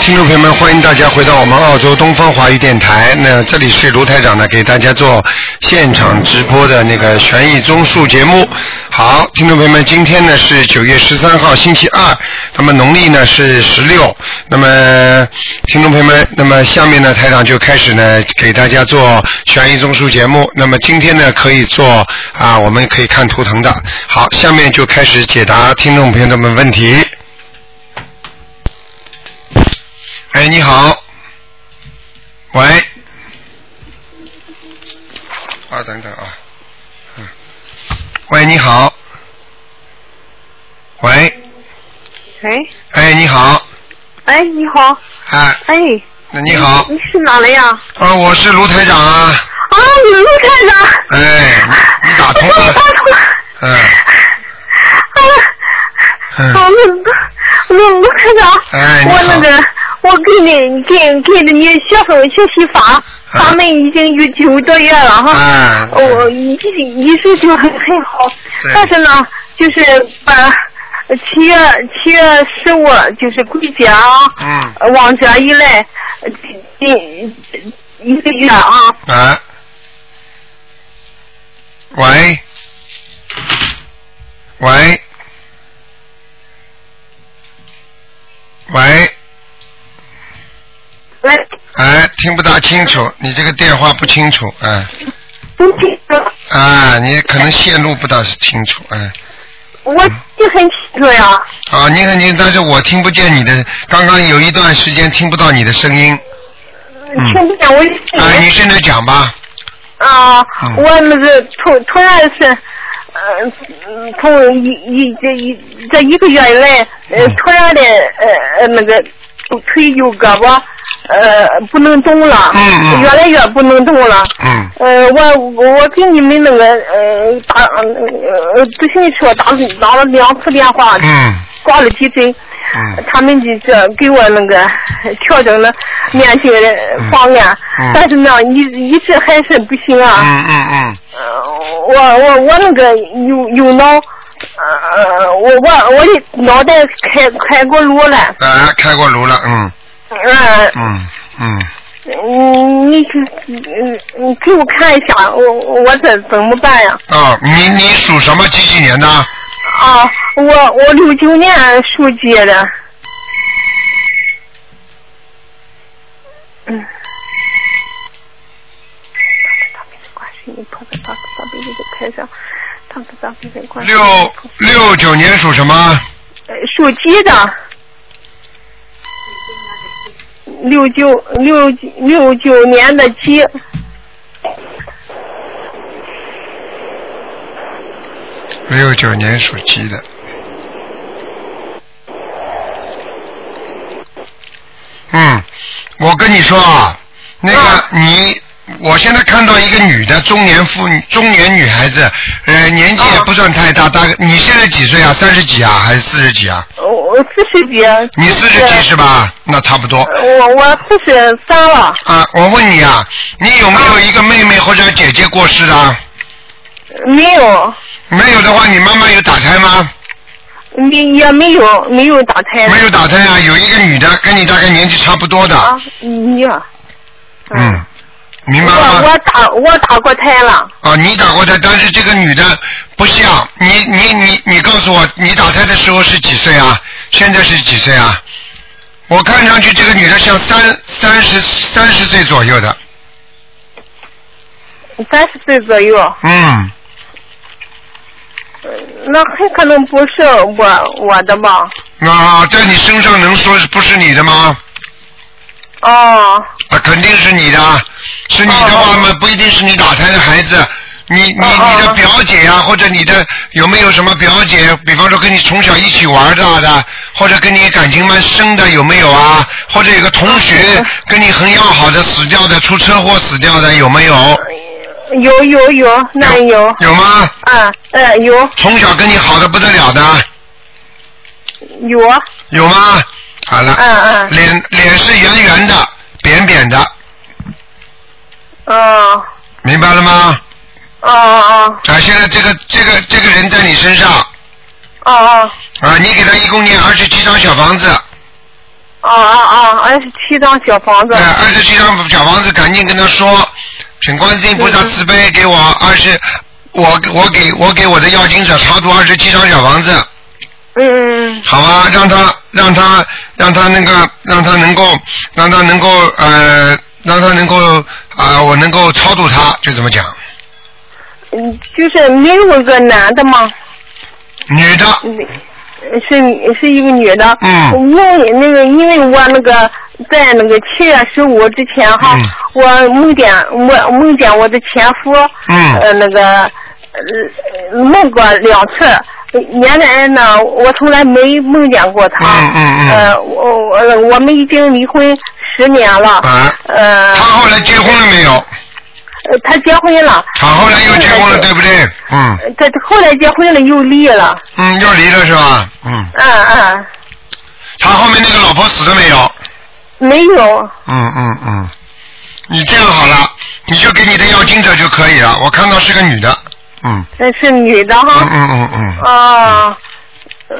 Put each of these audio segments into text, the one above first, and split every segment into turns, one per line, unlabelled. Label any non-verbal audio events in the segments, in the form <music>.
听众朋友们，欢迎大家回到我们澳洲东方华语电台。那这里是卢台长呢，给大家做现场直播的那个悬疑综述节目。好，听众朋友们，今天呢是九月十三号星期二，那么农历呢是十六。那么听众朋友们，那么下面呢台长就开始呢给大家做悬疑综述节目。那么今天呢可以做啊，我们可以看图腾的。好，下面就开始解答听众朋友们问题。哎，你好，喂，啊，等等啊，嗯，喂，你好，喂，
喂，
哎，你好，
哎，你好，
哎，
哎，
那你好，
你是哪来呀？啊，
啊，我是卢台长啊，
你陆台长。
哎，你你打通
我 <laughs>
了
打，通了。
嗯
哎呀，
嗯，
我那个，陆陆台长，
哎你好
我那个，我跟你跟跟着你学佛学习
啊
法，咱们已经有九个多月了哈。
哎，
哦我一一直就很很好
对，
但是呢，就是把七月七月十五就是归节啊。
嗯，
呃往这一来，呃近近一个月啊，
啊，喂，喂，喂。
来
哎，听不大清楚，你这个电话不清楚，哎，
不清楚，
啊，你可能线路不大是清楚，哎，
我就很清楚呀。
啊，你看你，但是我听不见你的，刚刚有一段时间听不到你的声音，嗯
听不见我的
啊，
声
你
音
现在讲吧，
啊
嗯，
我那个突突然是，呃，嗯从一一这一这一个月以来，呃，
嗯
突然的呃呃那个腿右胳膊呃不能动了，
嗯嗯
越来越不能动了。
嗯，
呃，我我给你们那个呃打呃咨询社打打了两次电话，
嗯，
挂了几针，
嗯，
他们就这给我那个调整了面筋方案，
嗯
但是呢，一一直还是不行
嗯
啊。
嗯嗯，
呃我我我那个有有脑，呃，我我我的脑袋开开过颅了，
啊，开过炉了，嗯，
呃，
嗯嗯，
嗯，你给嗯你给我看一下，我我这怎么办呀？
哦，你你属什么几几年的？
啊，我我六九年属鸡的。嗯。
六六九年属什么？
呃属鸡的，六九六六九年的鸡，
六九年属鸡的。嗯，我跟你说啊，那个你，我现在看到一个女的中年妇女，中年女孩子，呃，年纪也不算太大，大概你现在几岁啊？三十几啊，还是四十几啊？
我四十几。
你四十几是吧？那差不多。
我我四十三了，
啊，我问你啊，你有没有一个妹妹或者姐姐过世啊？
没有，
没有的话，你妈妈有打胎吗？
没也没有没有打胎。
没有打胎啊，有一个女的跟你大概年纪差不多的。
啊，你呀。
嗯，明白了
我
吗？
我打我打过胎了，
啊，你打过胎，但是这个女的不像你，你你你告诉我，你打胎的时候是几岁啊？现在是几岁啊？我看上去这个女的像三三十三十岁左右的，
三十岁左右，
嗯，
那很可能不是我我的吧？
啊，在你身上能说是不是你的吗？
哦，
啊，肯定是你的，
嗯
是你的话嘛，不一定是你打胎的孩子。你你
哦哦
你的表姐呀、或者你的有没有什么表姐？比方说跟你从小一起玩大的，或者跟你感情蛮深的，有没有啊？或者有个同
嗯
学跟你很要好的死掉的，出车祸死掉的，有没有？
有有有，那有，
有吗？
啊，呃，有
从小跟你好的不得了的，
有，
有吗？好了，
嗯嗯，
脸脸是圆圆的，扁扁的，
哦
明白了吗？
哦哦
啊，现在这个这个这个人在你身上。
哦哦
啊，你给他一共念二十七张小房子，
哦啊啊啊！二十七张小房子。
那二十七张小房子，赶紧跟他说，请观世音菩萨慈悲，给我二十，我我给我给我的要经者超度二十七张小房子，
嗯嗯
好吧？让他让他让他那个让他能够让他能够呃让他能够啊、呃我能够超度他，就这么讲。
嗯，就是没有一个男的吗？
女的，
嗯，是是一个女的。
嗯
因为那个，因为我那个在那个七月十五之前哈，
嗯
我梦见我梦见我的前夫，
嗯
呃，那个呃梦过两次。原来呢，我从来没梦见过他。
嗯嗯嗯
呃，我我我们已经离婚十年了。
啊
呃
她，后来结婚了没有？
呃他结婚了，
她后来又结婚了，对不对？嗯
呃他后来结婚了又离了。
嗯，又离了是吧？嗯，
嗯嗯，
她后面那个老婆死了没有？
没有。
嗯嗯嗯，你这样好了，你就给你的要经者就可以了。我看到是个女的。嗯
那呃是女的
嗯
哈。
嗯嗯嗯，
啊，呃，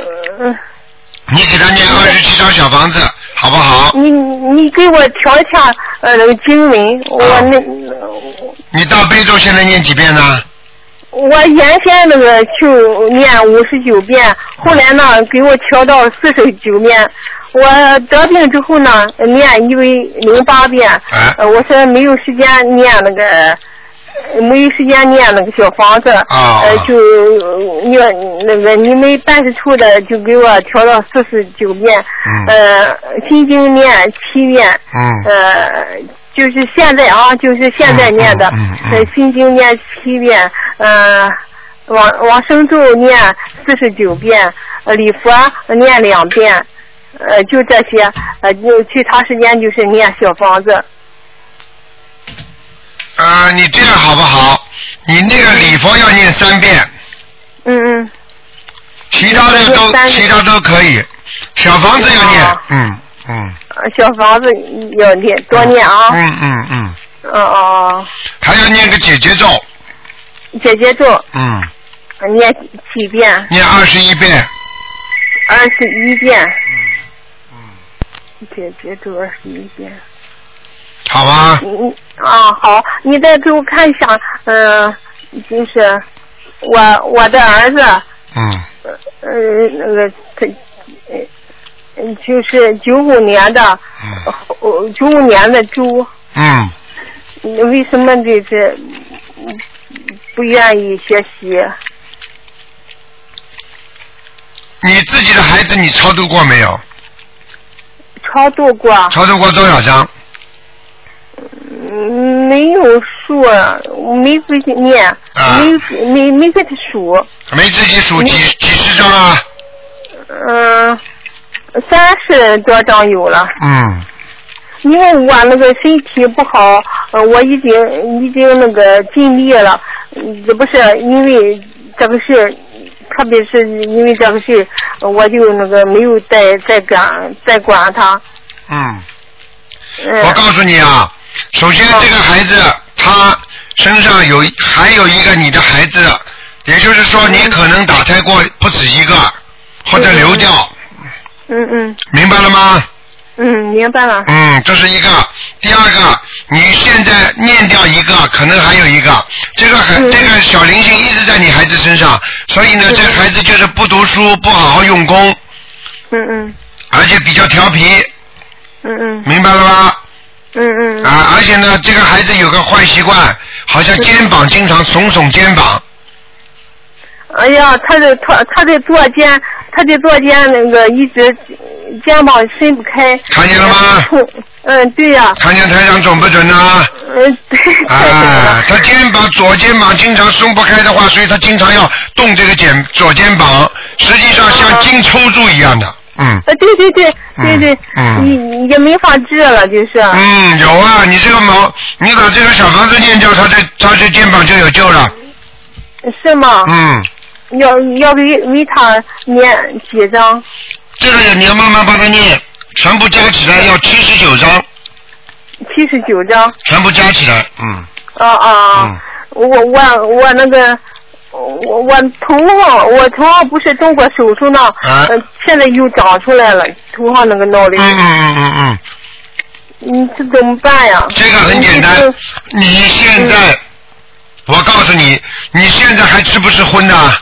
你给她念二十七张小房子，好不好？
你你给我调一下呃那个经文，我那
你大悲咒现在念几遍呢？
我原先那个就念五十九遍，后来呢给我调到四十九遍。我得病之后呢，念一百零八遍。
哎
呃，我说没有时间念那个，呃没有时间念那个小房子。
啊
呃，就念那个你们办事处的就给我调到四十九遍。
嗯
呃，心经念七遍。
嗯
呃，就是现在啊，就是现在念的，
嗯嗯嗯嗯
呃，心经念七遍，呃，往往生咒念四十九遍，呃，礼佛念两遍，呃，就这些，呃，就其他时间就是念小房子，
呃，你这样好不好？你那个礼佛要念三遍，
嗯嗯，
其他的都
念三遍
其他都可以，小房子要念
哦。
嗯嗯。
呃小房子要念多念啊，嗯
嗯嗯嗯，
哦、
还要念个姐姐咒。
姐姐咒呃
嗯，
念几遍？
念二十一遍。
二十一遍，
嗯，
姐姐咒二十一遍。
好吧。
嗯啊，好，你再给我看一下，嗯、就是我我的儿子，
嗯。
呃，那个他，呃，嗯就是九五年的，呃
嗯
九五年的猪，
嗯，
你为什么就是嗯不愿意学习？
你自己的孩子你超度过没有？
超度过，
超度过多少张？
嗯没有数，没自己念，
啊
没没没给他数，
没自己数几几十张啊？
嗯、三十多张有了。
嗯
因为我那个身体不好，呃，我已经已经那个尽力了，嗯这不是因为这个事，特别是因为这个事，呃我就那个没有再再管再管他。
嗯，
嗯
我告诉你啊，首先这个孩子他身上有还有一个你的孩子，也就是
嗯
说你可能打胎过不止一个，或者流掉，
嗯嗯
明白了吗？
嗯，明白了。
嗯，这是一个。第二个，你现在念掉一个，可能还有一个。这个孩，
嗯
这个小灵性一直在你孩子身上，所以呢，这个孩子就是不读书，不好好用功，
嗯嗯
而且比较调皮，
嗯嗯
明白了吗？
嗯嗯
啊，而且呢，这个孩子有个坏习惯，好像肩膀经常耸耸肩膀。
哎呀，他的他他的左肩，他的左肩那个一直肩膀伸不开。
看见了吗
痛？嗯，对呀、
看见台长准不准呢？
嗯，对。太对
啊
了，
他肩膀左肩膀经常松不开的话，所以他经常要动这个肩左肩膀，实际上像筋抽住一样的。嗯。
啊，对对对对
嗯
对，
嗯
你你也没法治了，就是。
嗯，有啊，你这个毛，你把这个小房子念掉，他这他这肩膀就有救了。
是吗？
嗯，
要要给维他念几张？
这个你要慢慢帮他念，全部加起来要七十九张，
七十九张。
全部加起来。嗯
啊啊！我我我那个，我我头上我头上不是动过手术呢，
啊
呃现在又长出来了，头上那个脑袋，
嗯嗯嗯嗯，
你这怎么办呀？
这个很简
你
单
这。
你现在，我告诉你，你现在还吃不吃荤的？啊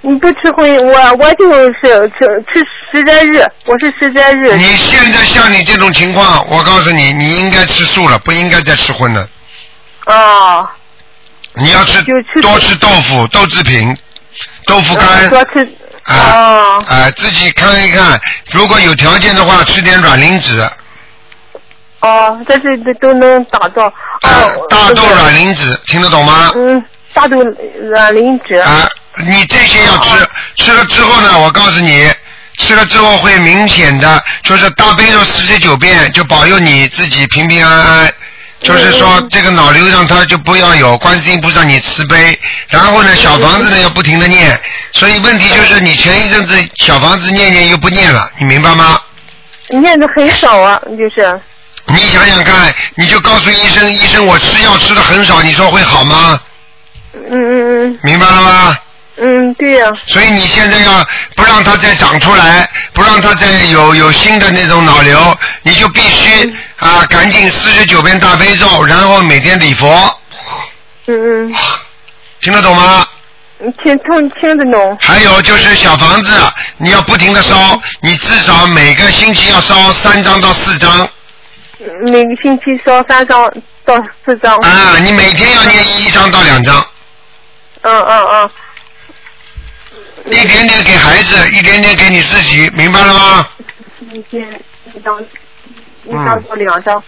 你不吃荤，我我就是吃吃食斋日，我是食斋日。
你现在像你这种情况，我告诉你，你应该吃素了，不应该再吃荤了。
啊，
你要吃
就吃
多吃豆腐、豆制品、豆腐干
嗯多吃
啊
啊
啊，自己看一看。如果有条件的话，吃点卵磷脂
哦，这是都都能打到。
啊
哦，，
大
这
豆
个
卵磷脂，听得懂吗？
嗯，大豆软磷脂。
啊，你这些要吃
哦，
吃了之后呢，我告诉你，吃了之后会明显的，就是大悲咒四十九遍，就保佑你自己平平安安。就是说，这个脑瘤让它就不要有，观世音菩萨你慈悲。然后呢，小房子呢要不停的念，所以问题就是你前一阵子小房子念念又不念了，你明白吗？
念的很少啊，就是
你想想看，你就告诉医生，医生我吃药吃的很少，你说会好吗？
嗯嗯嗯
明白了吗？
嗯，对呀、
所以你现在要不让它再长出来，不让它再有有新的那种脑瘤，你就必须啊，赶紧四十九遍大悲咒，然后每天礼佛，
嗯
听得懂吗？
嗯，听听听得懂。
还有就是小房子，你要不停的烧，你至少每个星期要烧三张到四张
嗯每个星期烧三张到四张。
啊，你每天要念一张到两张，
嗯嗯嗯，
一点点给孩子，一点点给你自己，明白了吗？嗯
一天一张，一张到两张。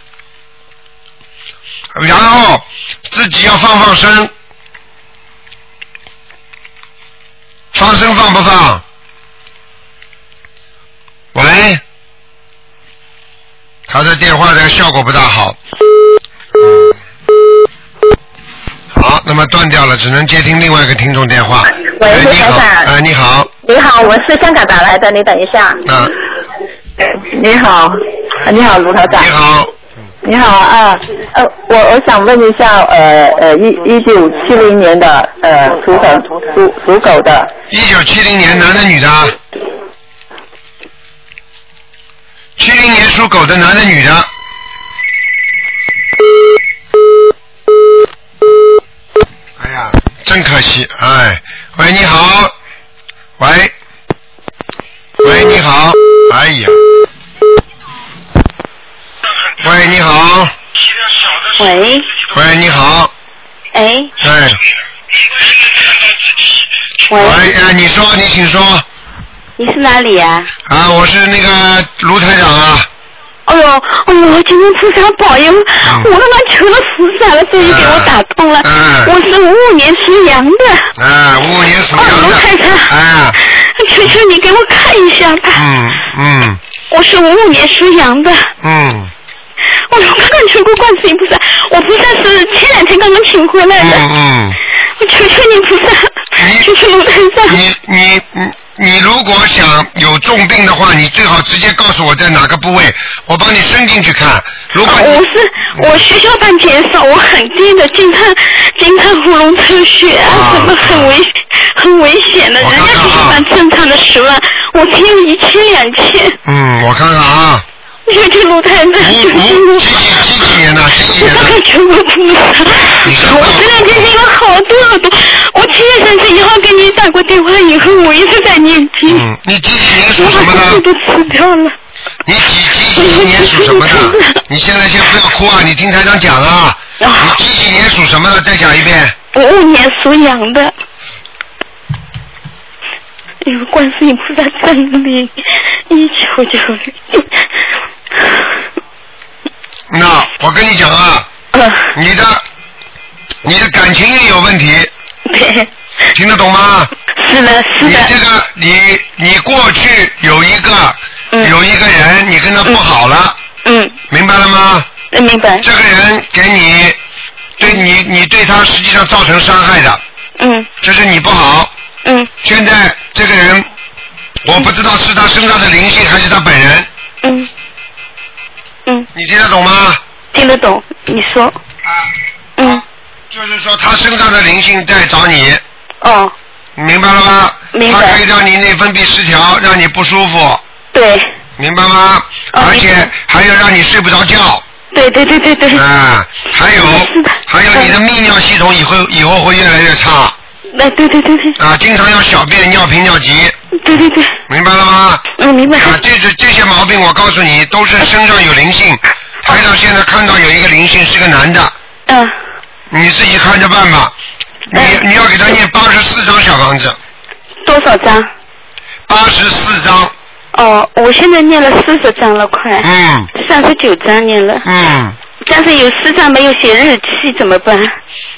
然后自己要放放生，放生放不放？喂，他的电话的效果不大好。嗯好，那么断掉了，只能接听另外一个听众电话。
喂
哎
卢
你好，
台长
哎，你好，
你好，我是香港打来的，你等一下。
啊，
你好，啊你好，卢台长
你。好，
你好啊，呃，我我想问一下，呃呃，一一九七零年的呃属狗属属狗的
一九七零年男的啊女的？七零年属狗的男的女的？哎呀，真可惜，哎，喂，你好，喂，喂，你好，哎呀，喂，你好，
喂，
喂，你好，
哎，
哎，
喂，
喂，哎，你说，你请说，
你是哪里呀、
啊，我是那个卢台长啊，
哎呦，哎呦，今天菩萨保佑，我他妈求了菩萨了，终于给我打通了。
嗯
我是五五年属羊的。
啊，五五年属
哦，
羊
卢
的
太，太，
啊，
求求哎你给我看一下吧。
嗯嗯
我是五五年属羊的， <laughs>
嗯
我刚刚求过观世音菩萨，我菩萨是前两天刚刚请回来的。
嗯嗯，
我求求你菩萨
你，
<laughs> 求求卢太太。
你你你你如果想有重病的话，你最好直接告诉我在哪个部位，我帮你伸进去看。如果
哦我
你
是
嗯
我学校办检查，我很近的，经常经常喉咙抽血
啊
啊，什么很危很危险的。
我
人
看
家
看啊
学校办正常的十万，我只有一千两千。
嗯，我看看
<laughs>
啊，
求求卢太太，
五
求求
五
我！
几几几几年的？几几
我
年
不
的
敢？求
你看
我菩萨，我这两天念了好多好多。我七月三十一号给你打过电话以后，我一直在念经，
嗯，你几几年
我
属什么
把
的
字？都吃掉了。
你几几几年属什么的？你现在先不要哭啊，你听台长讲啊。
啊
你几几年属什么的？再讲一遍。
五五年属羊的。哎呦，观世音菩萨真灵，一九九零。
那我跟你讲啊，
嗯，
你的你的感情也有问题，
<laughs> 对，
听得懂吗？
是的，是
你这
的，
个你你过去有一个、
嗯
有一个人，你跟他不好了，
嗯，
明白了吗？
呃明白，
这个人给你对你你对他实际上造成伤害的，
嗯
这是你不好。
嗯
现在这个人，我不知道是他身上的灵性还是他本人，
嗯嗯，
你听得懂吗？
听得懂，你说，
啊，
嗯
就是说他身上的灵性在找你，
哦，
明白了吗？
明白
它可以让你内分泌失调，让你不舒服，
对，
明白吗？
哦
而
明
且
白
还有让你睡不着
<laughs>
觉。
对对对对对，
啊，还有
是的
还有你的泌尿系统以后以后会越来越差
那、对对对对
啊，经常要小便、尿频、尿急，
对对对，
明白了
<laughs>
吗？
嗯，明白。
啊，这是这些毛病，我告诉你，
<laughs>
都是身上有灵性。台长现在看到有一个灵性是个男的，
嗯，
你自己看着办
<laughs>
吧。
哎
你你要给他念八十四张小房子，
多少张？
八十四张，
哦，我现在念了四十张了，快
嗯
三十九张念了，
嗯，
但是有四张没有写日期，怎么办？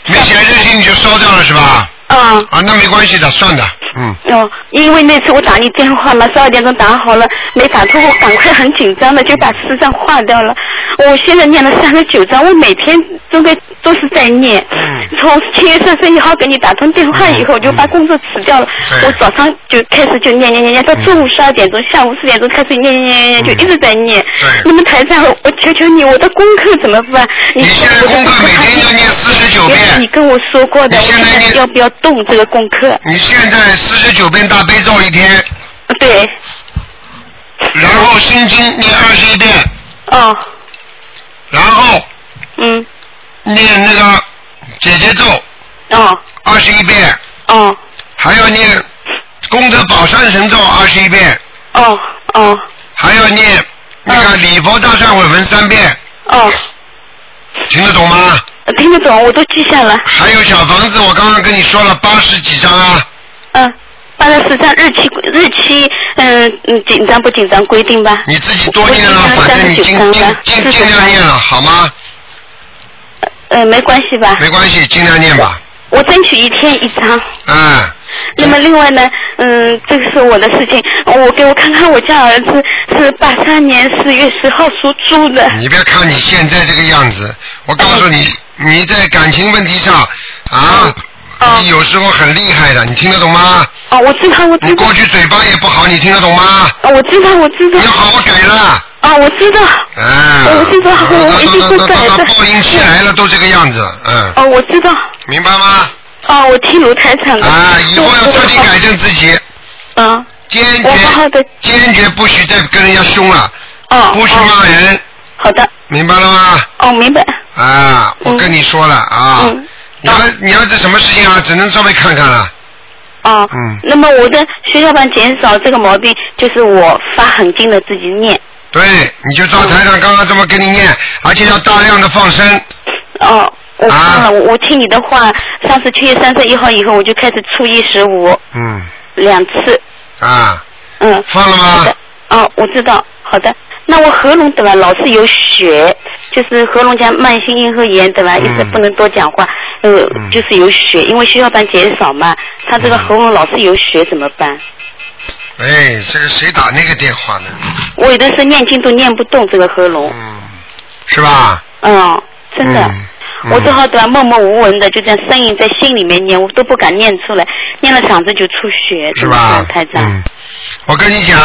没写日期你就烧掉了是吧？
啊、
啊，那没关系的，算的，嗯。
哦，因为那次我打你电话嘛，十二点钟打好了，没打通，我赶快很紧张的就把四张划掉了。我现在念了三十九张，我每天都在都是在念。
嗯
从七月三十一号给你打通电话以后，我就把工作辞掉了。
对
我早上就开始就念念念念，到中午十二点钟、下午四点钟开始念念念念，念，就
嗯
一直在念。
对
那么台上，我求求你，我的功课怎么办？
你现在功课每天要念四十九
原来你
遍，
跟我说过的，
你
我
现在
现在
念
要不要动这个功课？
你现在四十九遍大悲咒一天，
对，嗯
然后心经念二十一遍，
哦，
然后
嗯，
念那个姐姐咒
哦，
二十一遍，
哦，
还要念功德宝山神咒二十一遍，
哦，哦，
还要念那
嗯
个礼佛大忏悔文三遍，
哦，呃
听得懂吗？
听得懂，我都记下了。
还有小房子，我刚刚跟你说了八十几张啊，
嗯，八十四张日期日期，嗯嗯，紧张不紧张？规定吧。
你自己多念了，
我我已经
反正你
39
尽
张
尽
了
尽
40
尽量
张
念了，好吗？
呃，没关系吧？
没关系，尽量念吧，
我争取一天一张。
嗯。
那么另外呢，嗯，这个是我的事情，我给我看看我家儿子是八三年四月十号属猪的。
<laughs> 你别看你现在这个样子，我告诉你，你在感情问题上啊，
嗯
你有时候很厉害的，你听得懂吗？
哦，我知道，我
你
知道
过，去嘴巴也不好，你听得懂吗？
哦我知道，我知道
你，要好好改了，
啊，我知道，
哎，
我知道我
都
一定
都
会
都
改
都
的
报应起来了，都这个样子，嗯，
哦，我知道，
明白吗？
哦，我听卢台长的。
啊，以后要彻底改正自己，
嗯，
坚
我好好
决
的，
坚决不许再跟人家凶了，
哦，
不许哎
哦
骂人，
好的，
明白了吗？
哦，明白，
啊，我
嗯
跟你说了啊，
嗯，
你要你要是什么事情啊，只能稍微看看了。
哦，
嗯
那么我的血小板减少这个毛病，就是我发狠劲的自己念，
对，你就照台上刚刚这么跟你念，而且要大量的放生。
哦。我
啊
看了，我我听你的话，上次七月三十一号以后，我就开始初一十五
嗯，
两次，
啊，
嗯，
放了
好
吗
的？，哦，我知道，好的。那我喉咙对吧，老是有血，就是喉咙加慢性硬核炎对吧，
嗯
一直不能多讲话，呃，
嗯
就是有血，因为血小板减少嘛，他这个
嗯
喉咙老是有血怎么办？
哎，这个谁打那个电话呢？
我有的时候念经都念不动这个喉咙，
嗯，是吧？
嗯，真的。
嗯嗯
我只好对吧，默默无闻的就这样声音在心里面念，我都不敢念出来，念了嗓子就出血，
是
怎么
吧
办台？长？
嗯，我跟你讲，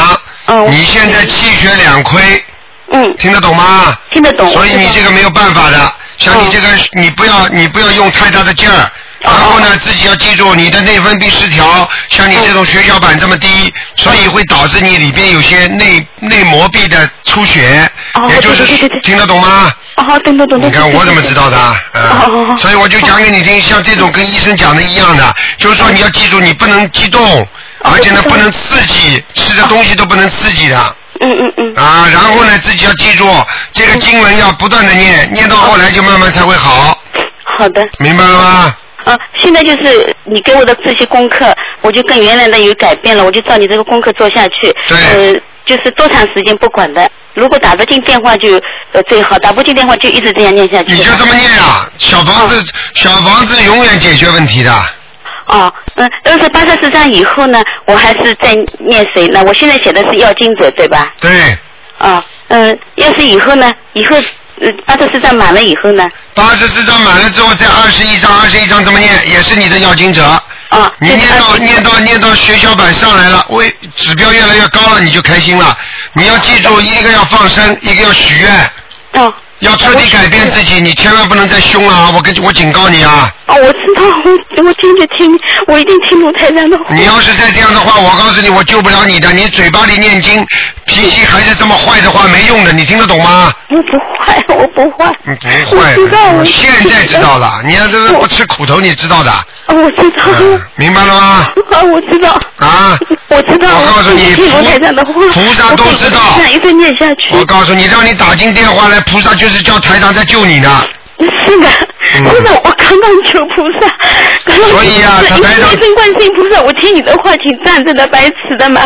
嗯，我
你现在气血两亏，
嗯
听得懂吗？
听得懂，嗯
所以你这个没有办法的，像你这个，你不要你不要用太大的劲儿。然后呢，自己要记住你的内分泌失调，像你这种血小板这么
嗯
低，所以会导致你里边有些内内膜壁的出血，
哦
也就是
对对对对对
听得懂吗？
哦，懂 <laughs> 懂懂
你
懂。
看我怎么知道的？
哦哦
啊，
哦
所以我就讲给你听，像这种跟医生讲的一样的，就是说你要记住，你不能激动，而且呢
哦
不
我知道
能刺激，吃的东西都不能刺激的。
嗯嗯嗯。
啊，然后呢，自己要记住这个经文要不断的念，念到后来就慢慢才会好，
好的，
明白了吗？
啊，现在就是你给我的这些功课，我就跟原来的有改变了，我就照你这个功课做下去。
对
呃，就是多长时间不管的，如果打得进电话就呃最好，打不进电话就一直这样念下去。
你就这么念啊，小房子，小房子永远解决问题的。
哦，嗯，但是八十四章以后呢，我还是在念谁呢？我现在写的是要经者，对吧？
对，
啊、嗯，要是以后呢？以后呃八十四章满了以后呢？
八十四张满了之后，再二十一张，二十一张这么念，也是你的要经者。
啊、
你
就是
念到
21
念到念到血小板上来了，为指标越来越高了，你就开心了。你要记住，一个要放生，一个要许愿，
哦，
要彻底改变自己，你千万不能再凶了啊！我跟我警告你啊！
哦，我知道，我我坚决听，我一定听卢台长的话。
你要是再这样的话，我告诉你，我救不了你的。你嘴巴里念经，脾气还是这么坏的话，没用的。你听得懂吗？
我不坏，我不坏。
你不坏
我知道，
的，
我
现在知道了。你要是不吃苦头，你知道
<laughs>
的。
哦，我知道。
嗯，明白了吗？
啊，我知道，
啊！
我知道。
我告诉你
听卢台长的话，
菩菩萨都知道
我会一直念下去。
我告诉你，让你打进电话来，菩萨就是叫台长在救你呢。
是的，
嗯
是的，我刚刚求菩萨，刚刚
所以啊
求菩
小白
萨因为
让
一生观世音菩萨，我听你的话，请站着的，白痴的嘛。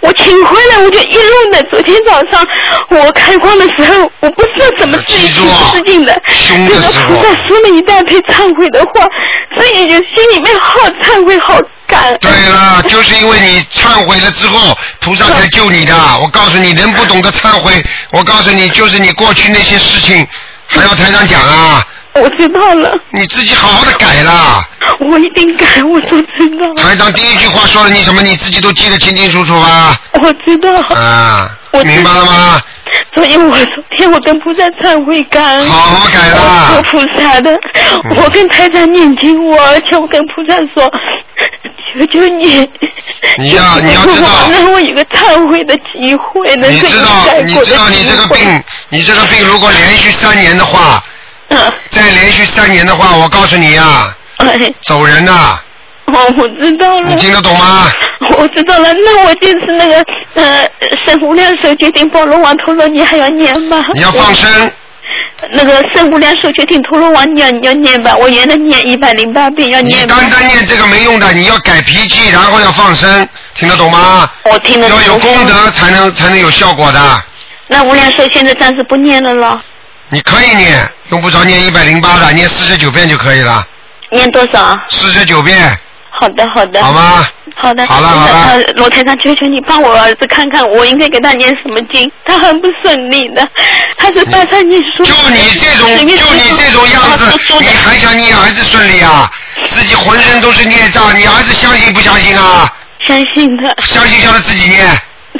我请回来，我就一路的。昨天早上我开光的时候，我不知道怎么自己
记住
挺
啊
吃劲的，
凶的
觉得
时候
菩萨说了一大堆忏悔的话，所以就心里面好忏悔，好感恩。
对了，就是因为你忏悔了之后，菩萨才救你的。我告诉你，人不懂得忏悔，我告诉你，就是你过去那些事情，还要台上讲啊，
我知道了，
你自己好好的改啦。
我一定改，我都知道，
台长第一句话说了你什么，你自己都记得清清楚楚吧？
我知道。
啊
我，
明白了吗？
所以我昨天我跟菩萨忏悔感恩。
好好改
我
啦。嗯
求菩萨的，我跟台长念经，我而且我跟菩萨说，求求你，
你呀
<laughs> 求求
你要知道
我让我有个忏悔的机会，能
你
是
知道，
改
你
过的
知道你这个
机会
病，你这个病如果连续三年的话，
啊，
再连续三年的话，我告诉你啊，
哎，
走人呐、
哦，我知道了
你。听得懂吗？
我知道了，那我就是那个呃，圣无量寿决定波罗王陀罗尼还要念吗？
你要放生，
呃那个圣无量寿决定陀罗王，你要你要念吧，我原来念一百零八遍要
你
嗯念吧。
单单念这个没用的，你要改脾气，然后要放生，听得懂吗？
我听得
要有
懂
功德才能才能有效果的。
那无量寿现在暂时不念了咯，
你可以念，用不着念一百零八的，念四十九遍就可以了，
念多少啊？
四十九遍，
好的，好的，
好吗？
好的，
好了
那
好了
呃罗台长，求求你帮我儿子看看，我应该给他念什么经？他很不顺利的，他是拜忏念书。
就你这种，
随
就
便
你这种样
他
子
读书，
你
的
还想你儿子顺利啊？自己浑身都是孽障，你儿子相信不相信啊？
相信他，
相信叫他自己念。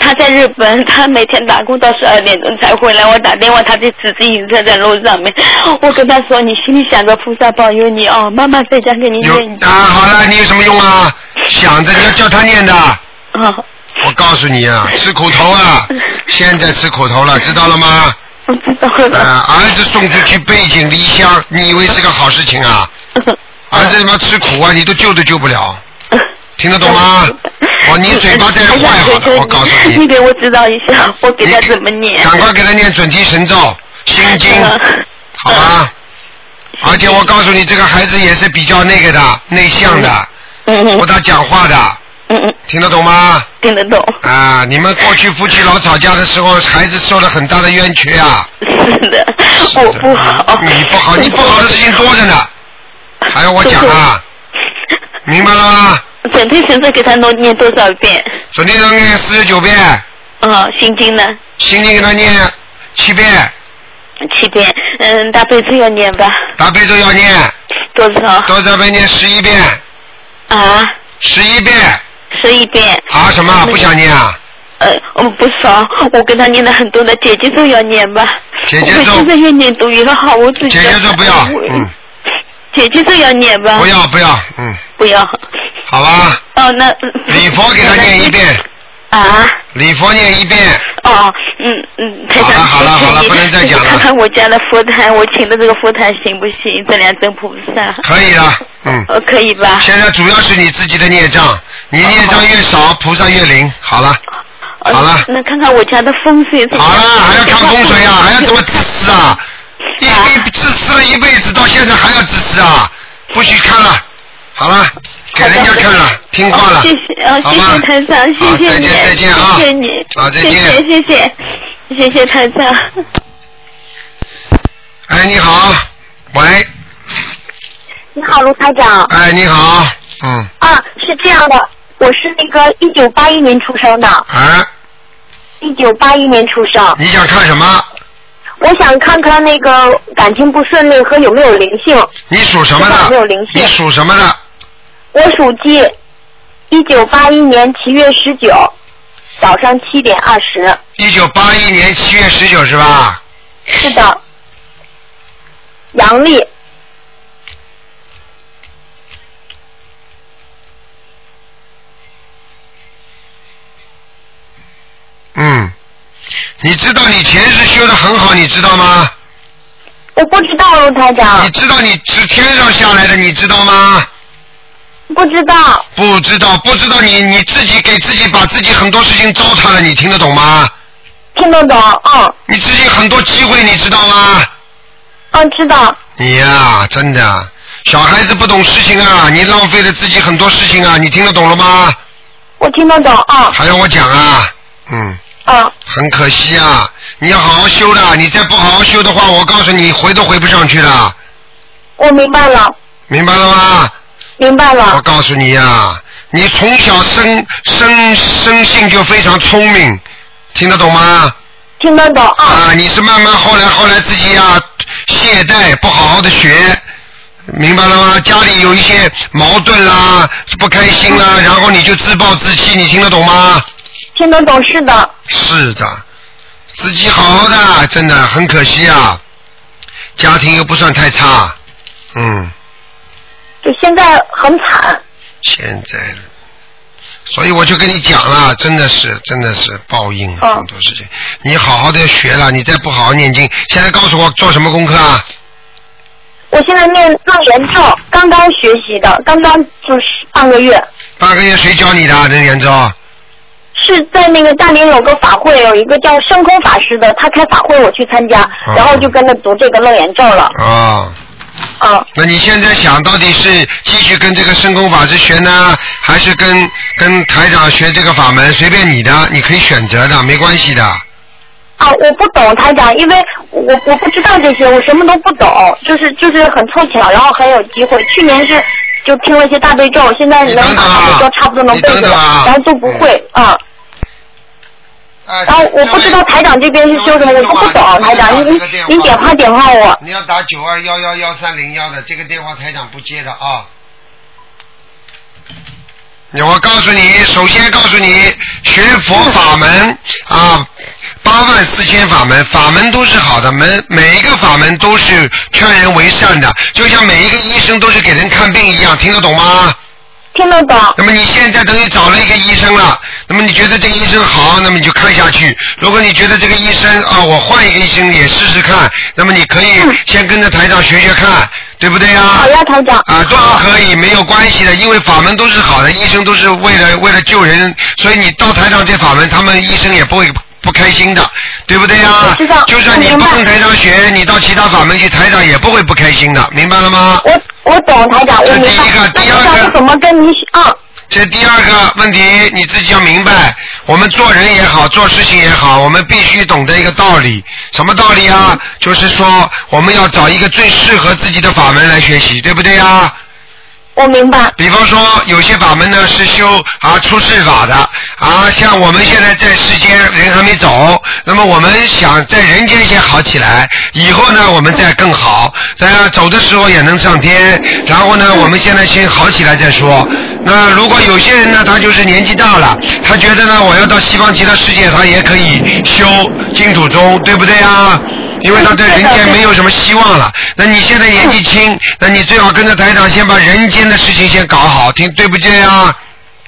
他在日本，他每天打工到十二点钟才回来。我打电话，他就指着影车在路上面。我跟他说：“你心里想着菩萨保佑你哦，妈妈在家给你
有
念
啊，
经。
好了，你有什么用啊？想着你要叫他念的，
哦” <laughs>
我告诉你啊，吃苦头啊，现在吃苦头了，知道了吗？
我知道了。
啊，儿子送出去背井离乡，你以为是个好事情啊？儿子他妈吃苦啊，你都救都救不了，听得懂吗？哦，你嘴巴再坏好了，我告诉
你
你，
给我指导一下，我给他怎么
哎
念？
<laughs> 赶快给他念准提神咒、心经，
嗯
好吧？而且我告诉你，这个孩子也是比较那个的，内向的，
嗯
不
嗯
大讲话的，
嗯嗯，
听得懂吗？
听得懂。
啊，你们过去夫妻老吵架的时候，孩子受了很大的冤屈啊。
是的，
是
我
的
不好。
你不好，你不好的事情多着呢，还要我讲啊？明白了吗？
<laughs> 整天神咒给他弄念多少遍？
准提神念四十九遍，
嗯，心经呢？
心经给他念七遍，
七遍。嗯，大悲咒要念吧？
大悲咒要念，
多少？
多少遍念十一遍，
啊，
十一遍
十一遍。嗯
啊什么不想念啊？
呃，嗯，不少，
啊
我跟他念了很多的姐姐咒要念吧。
姐姐咒
我现在越念读越好，我自己
姐
要。
姐咒不要，嗯，
姐姐咒要念吧。
不。要不要，嗯，
不要。
好吧，
哦，那。
礼佛给他念一。遍，
啊。
礼佛念一遍，
哦，嗯嗯，台长，
好了好了好了不能再讲了
看看我家的佛台，我请的这个佛台行不行？这两尊菩萨，
可以了，嗯。
呃，可以吧？
现在主要是你自己的孽障，你孽障越少，菩萨越灵。好了，
呃
好了
那看看我家的风水怎么
好
样？
了，还要看风水啊，还要怎么自私啊？一
啊
一自私了一辈子，到现在还要自私啊？不许看了，好了，给人家看了，听话了
谢，谢，呃，
好
谢
吗
谢台长，谢
好
谢
再
你，
见再见啊
谢谢你，
好再见
谢谢谢谢谢谢台长。
哎，你好，喂，
你好，卢台长。
哎，你好，嗯，
啊，是这样的，我是那个一九八一年出生的，
哎，
一九八一年出生。
你想看什么？
我想看看那个感情不顺利和有没有灵性。
你属什么
知道没有
的
灵？性
你属什么的？
我属鸡，一九八一年七月十九，早上七点二十。
一九八一年七月十九是吧？
是的，
阳历
嗯，你知道你前世修的很好，你知道吗？
我不知道卢台长
你，知道你是天上下来的，你知道吗？
不知道，
不知道，不知道你你自己给自己把自己很多事情糟蹋了，你听得懂吗？
听得懂，
哦
嗯
你自己很多机会，你知道吗？
哦
嗯，知道，
你呀、真的，啊小孩子不懂事情啊，你浪费了自己很多事情啊，你听得懂了吗？
我听得懂，
哦
嗯
还要我讲啊？嗯，
嗯，
很可惜啊，你要好好修的，你再不好好修的话，我告诉你，回都回不上去了，
我明白了，
明白了吗？
明白
我
啊
了，
告诉你呀、啊你从小生生生性就非常聪明，听得懂吗？
听得懂，
哦
嗯
啊，你是慢慢后来后来自己呀、懈怠，不好好的学，明白了吗？家里有一些矛盾啦，不开心啦，然后你就自暴自弃，你听得懂吗？
嗯听得懂，是的，
是的，自己好好的，真的很可惜啊。家庭又不算太差，嗯，
就现在很惨，
现在，所以我就跟你讲了，真的是真的是报应啊，
嗯
很多事情。你好好的学了，你再不好好念经，现在告诉我做什么功课啊？
我现在念藏元咒，刚刚学习的，刚刚就是啊半个月，
八个月谁教你的？啊任延哦洲，
是在那个大连有个法会，有一个叫升空法师的，他开法会，我去参加，
哦
然后就跟着读这个楞严咒了。
哦，
嗯，
那你现在想到底是继续跟这个深空法师学呢，还是跟跟台长学这个法门？随便你的，你可以选择的，没关系的。
啊，我不懂台长，因为我我不知道这些，我什么都不懂，就是就是很凑巧，然后很有机会。去年是就听了一些大悲咒，现在
你
能
等
把
等
大
啊
悲咒差不多能
你
背
等
着
等
了，
啊
然后都不会啊、
哎
然后我不知道台长这边是修什么，我都不懂啊台长，您您您点话点话我。
你要打九二幺幺幺三零幺的这个电话，台长不接的啊。我告诉你，首先告诉你，学
嗯
佛法门啊，八万四千法门，法门都是好的，门每一个法门都是劝人为善的，就像每一个医生都是给人看病一样，听得懂吗？
听得懂，
那么你现在等于找了一个医生了，那么你觉得这个医生好，那么你就看下去。如果你觉得这个医生啊，我换一个医生也试试看，那么你可以先跟着台长学学看，对不对呀？
嗯好呀，台长。
啊，都可以，没有关系的，因为法门都是好的，医生都是为了为了救人，所以你到台上这法门，他们医生也不会不开心的，对不对呀
我知道？
就算你
我明
不
白
跟台上学，你到其他法门去，台长也不会不开心的，明白了吗？
我我懂台长，我
这
明
第一个
白。那
第
台
二
长
个
是怎么跟您学？嗯，
这第二个问题你自己要明白，我们做人也好，做事情也好，我们必须懂得一个道理，什么道理啊？就是说我们要找一个最适合自己的法门来学习，对不对啊？
我明白。
比方说，有些法门呢是修啊出世法的啊，像我们现在在世间人还没走，那么我们想在人间先好起来，以后呢我们再更好，大家走的时候也能上天。然后呢，我们现在先好起来再说。那如果有些人呢，他就是年纪大了，他觉得呢我要到西方极乐世界，他也可以修净土宗，对不对啊？因为他对人间没有什么希望了。那你现在年纪轻，那你最好跟着台长先把人间的事情先搞好，听对不对啊？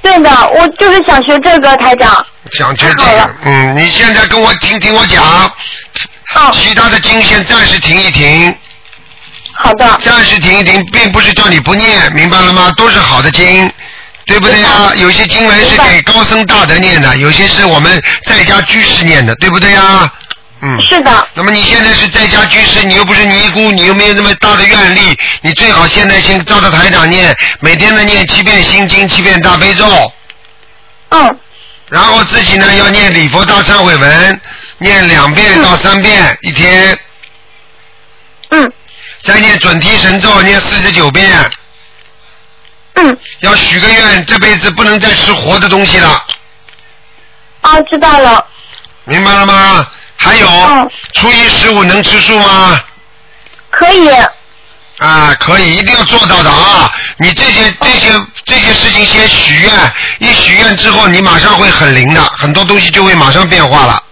对的，我就是想学这个台长。
想学这
太好
个
了，
嗯，你现在跟我听听我讲，
嗯，
其他的经先暂时停一停，
好的，
暂时停一停，并不是叫你不念，明白了吗？都是好的经。对不对啊？有些经文是给高僧大德念的，有些是我们在家居士念的，对不对啊？嗯。
是的，
那么你现在是在家居士，你又不是尼姑，你又没有那么大的愿力，你最好现在先照着台长念，每天呢念七遍心经，七遍大悲咒，
嗯，
然后自己呢要念礼佛大忏悔文，念两遍到三遍一天，
嗯，
再念准提神咒，念四十九遍，
嗯，
要许个愿，这辈子不能再吃活的东西了，
啊，知道了，
明白了吗？还有，
嗯
初一十五能吃素吗？
可以，
啊，可以，一定要做到的啊！你这些这些这些事情先许愿，一许愿之后，你马上会很灵的，很多东西就会马上变化了。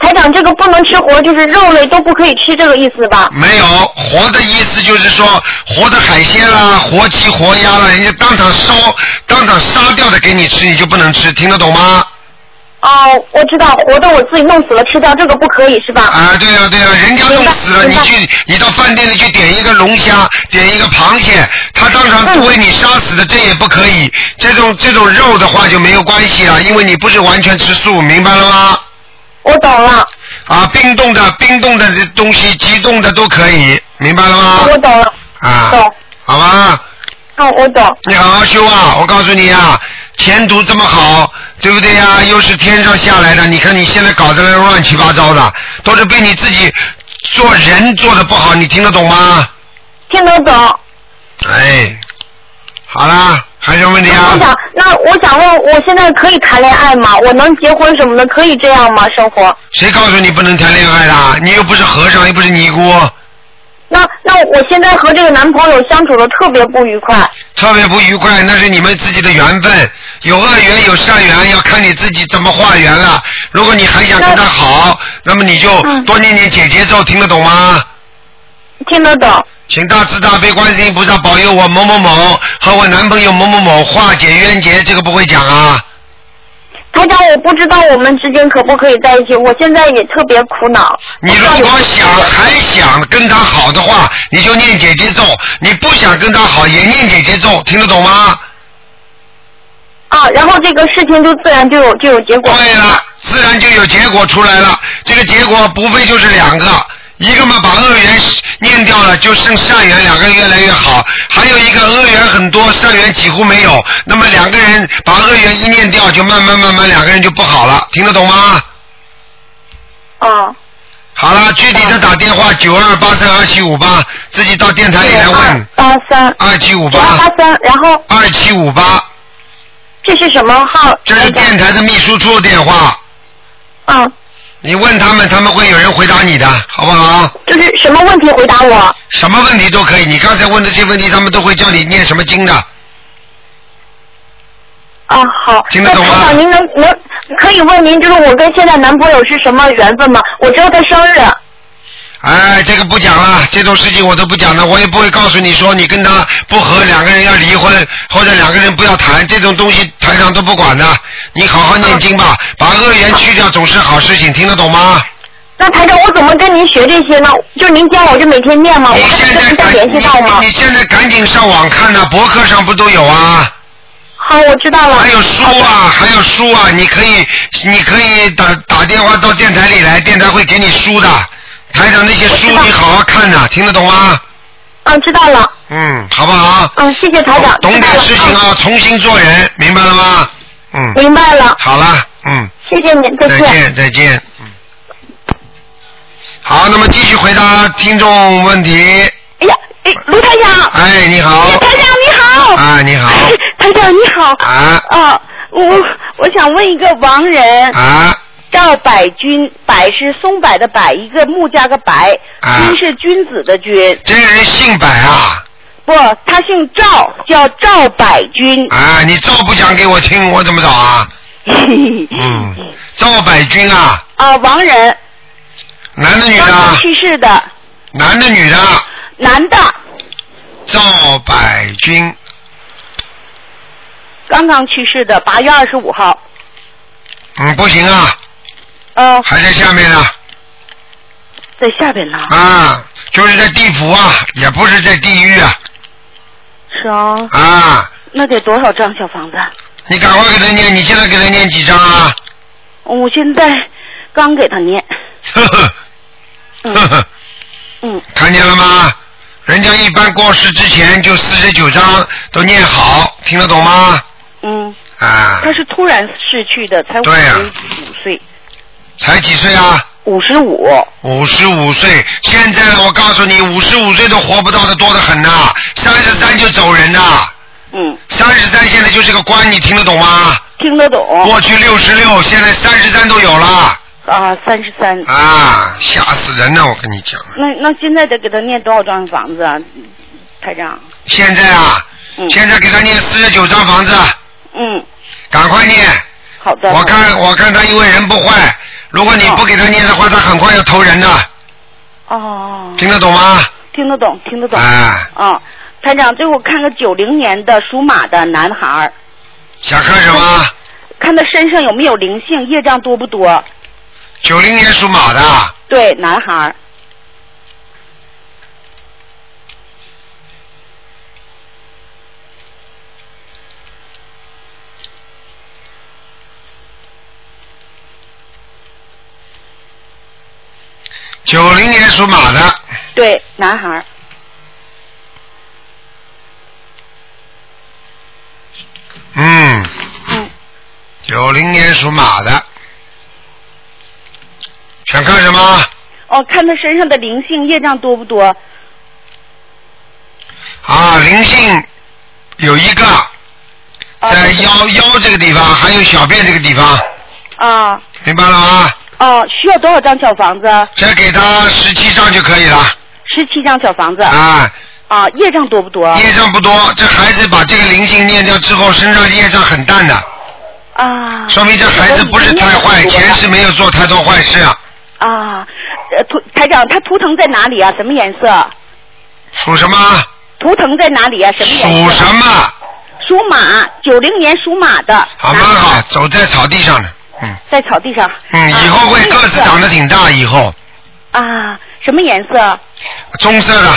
台长，这个不能吃活，就是肉类都不可以吃，这个意思吧？
没有活的意思就是说活的海鲜啦、活鸡、活鸭啦，人家当场烧、当场杀掉的给你吃，你就不能吃，听得懂吗？
哦，我知道，活的我自己弄死了吃掉，这个不可以是吧？
啊，对呀、对呀、人家弄死了，你
明白
去，你到饭店里去点一个龙虾，点一个螃蟹，他当场不为你杀死的，这也不可以。这种这种肉的话就没有关系了，因为你不是完全吃素，明白了吗？
我懂了，
啊，冰冻的、冰冻的这东西、急冻的都可以，明白了吗？
我懂了，
啊，
懂，
好吧，
嗯，我懂，
你好好修啊！我告诉你啊，前途这么好，对不对呀、又是天上下来的，你看你现在搞得乱七八糟的，都是被你自己做人做的不好，你听得懂吗？
听得懂。
哎，好啦，还有什么问题
我
啊？
想，那我想问，我现在可以谈恋爱吗？我能结婚什么的，可以这样吗？生活？
谁告诉你不能谈恋爱的？你又不是和尚，又不是尼姑，
那那我现在和这个男朋友相处的特别不愉快。
特别不愉快，那是你们自己的缘分，有恶缘有善缘，要看你自己怎么化缘了。如果你还想跟他好，那么你就
嗯
多念念姐姐咒，听得懂吗？
听得懂，
请大慈大悲观世音菩萨保佑我某某某和我男朋友某某某化解冤结，这个不会讲啊。
台长，我不知道我们之间可不可以在一起，我现在也特别苦恼。
你如果想还想跟他好的话，你就念姐姐咒；你不想跟他好，也念姐姐咒，听得懂吗？
啊，然后这个事情就自然就有就有结果。
对了，自然就有结果出来了。这个结果不非就是两个，一个嘛把恶缘念掉了，就剩善缘，两个越来越好；还有一个恶缘很多，善缘几乎没有。那么两个人把恶缘一念掉，就慢慢慢慢两个人就不好了，听得懂吗？
啊，
好了，具体的打电话九二八三二七五八，自己到电台里来
二
问
八三，
二七五
九二
八
八三，然后
二七五八，
这是什么号？
这是电台的秘书处电话，
嗯，
你问他们，他们会有人回答你的，好不好？
就是什么问题回答我？
什么问题都可以，你刚才问这些问题，他们都会叫你念什么经的。
啊，好。
听得懂吗
那台长，您能能可以问您，就是我跟现在男朋友是什么缘分吗？我知道他生日。
哎，这个不讲了，这种事情我都不讲了，我也不会告诉你说你跟他不和，两个人要离婚或者两个人不要谈，这种东西台上都不管的。你好好念经吧，把恶缘去掉总是好事情，听得懂吗？
那台长，我怎么跟您学这些呢？就您教我就每天念吗？哦我
你
还
现
能
在
跟您再
赶
联系到吗
你？你现在赶紧上网看呐、博客上不都有啊？
好，我知道了。
还有书啊，还有书啊，你可以，你可以打打电话到电台里来，电台会给你书的。台长那些书
我知道
你好好看呐、听得懂吗？
嗯，知道了。
嗯，好不好？
嗯，谢谢台长。
懂
知道
点
了
事情。啊，重新做人，明白了吗？
嗯
嗯，
明白了，
好了，嗯，
谢谢您，再
再
见。
见，再见，嗯。好，那么继续回答听众问题。
哎呀，哎，卢台长，
哎，你好
哎，呀台长你好，
啊，你好，
哎台长你好，
啊
啊，我我想问一个亡人，
啊。
赵百君，百是松柏的柏，一个木加个白，
啊
君是君子的君，
这个人姓柏啊，
不，他姓赵，叫赵百君。
啊，你照不讲给我听，我怎么找啊？嗯，赵百军啊，
<laughs> 啊，亡人，
男的女的
刚
啊
刚？去世的，
男的女的？
男的，
赵百军，
刚刚去世的，八月二十五号。
嗯，不行啊，
呃，
还在下面呢，
在下边呢。
啊，就是在地府啊，也不是在地狱啊，
是哦，
啊，
那得多少张小房子？
你赶快给他念，你现在给他念几张啊？
我现在刚给他念。
呵呵
嗯
呵呵，
嗯，
<laughs> 看见了吗？人家一般过世之前就四十九章都念好，听得懂吗？
嗯，
啊，
他是突然逝去的，才五
对呀
十五岁，
才几岁啊？
五十五。
五十五岁，现在我告诉你，五十五岁都活不到的多得很呐、三十三就走人呐、
嗯，
三十三现在就是个官，你听得懂吗？
听得懂
哦
过去六十六，现在三十三都有了
啊，三十三。
啊，吓死人了！我跟你讲，
那那现在得给他念多少张房子啊，台长？
现在啊，
嗯
现在给他念四十九张房子，
嗯，
赶快念，
好的。
我看我看他因为人不坏，如果你不给他念的话，他很快要投人的，
哦，
听得懂吗？
听得懂，听得懂。
啊，
啊，台长，最后看个九零年的属马的男孩儿，
想看什么？
看他身上有没有灵性，业障多不多？
九零年属马的啊，
对，男孩儿，
九零年属马的，
对，男孩儿，
嗯，
嗯，
九零年属马的，想看什么？
哦，看他身上的灵性业障多不多？
啊，灵性有一个
啊
在腰腰这个地方，还有小便这个地方，
啊，
明白了吗？
哦，需要多少张小房子？
再给他十七张就可以了
十七张小房子。
啊。
啊，业障多不多？
业障不多，这孩子把这个灵性念掉之后，身上业障很淡的，
啊，
说明这孩子不是太坏，前世没有做太多坏事啊。
啊，呃，图台长，他图腾在哪里啊？什么颜色？
属什么？
图腾在哪里啊？什么
属
颜色？
什么？
属马，九零年属马的。
啊，蛮
男孩
好，走在草地上的，嗯
在草地上。
嗯，以后会个子长得挺大，以后
啊，什么颜色？
棕色的，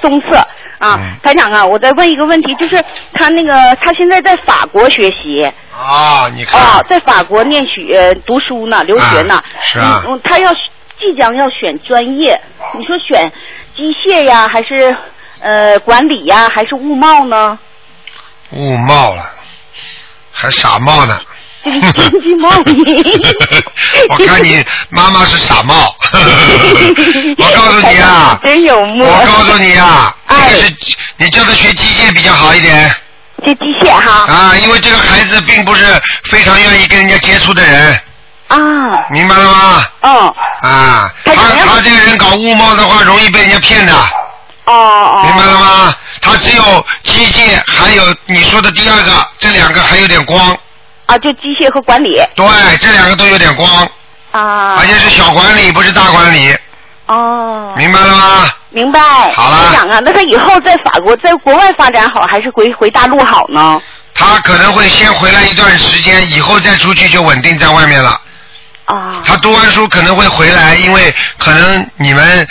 棕色啊
嗯，
台长啊，我再问一个问题，就是他那个他现在在法国学习
啊，你看
啊，，在法国念学呃读书呢，留学呢
啊，是啊
嗯，嗯他要即将要选专业，你说选机械呀，还是呃管理呀，还是物贸呢？
雾帽了，还傻帽呢。
这个经济贸易，
<laughs> 我看
<laughs>
你妈妈是傻帽。 <laughs> 我告诉你 <laughs> 啊，
真有默
我告诉你啊，
哎
这个是你叫他学机械比较好一点
这机械哈
啊，因为这个孩子并不是非常愿意跟人家接触的人，
啊，
明白了吗？
哦
嗯，
啊，他
他想要
他这个人搞物贸的话，容易被人家骗的，
哦哦，
明白了吗？他只有机械，还有你说的第二个，这两个还有点光，
啊，就机械和管理
对，这两个都有点光，
啊
而，且是小管理，不是大管理，
哦，
明白了吗？
明白。
好了
台长啊，那他以后在法国，在国外发展好，还是回回大陆好呢？
他可能会先回来一段时间，以后再出去就稳定在外面了。
啊
他读完书可能会回来，因为可能你们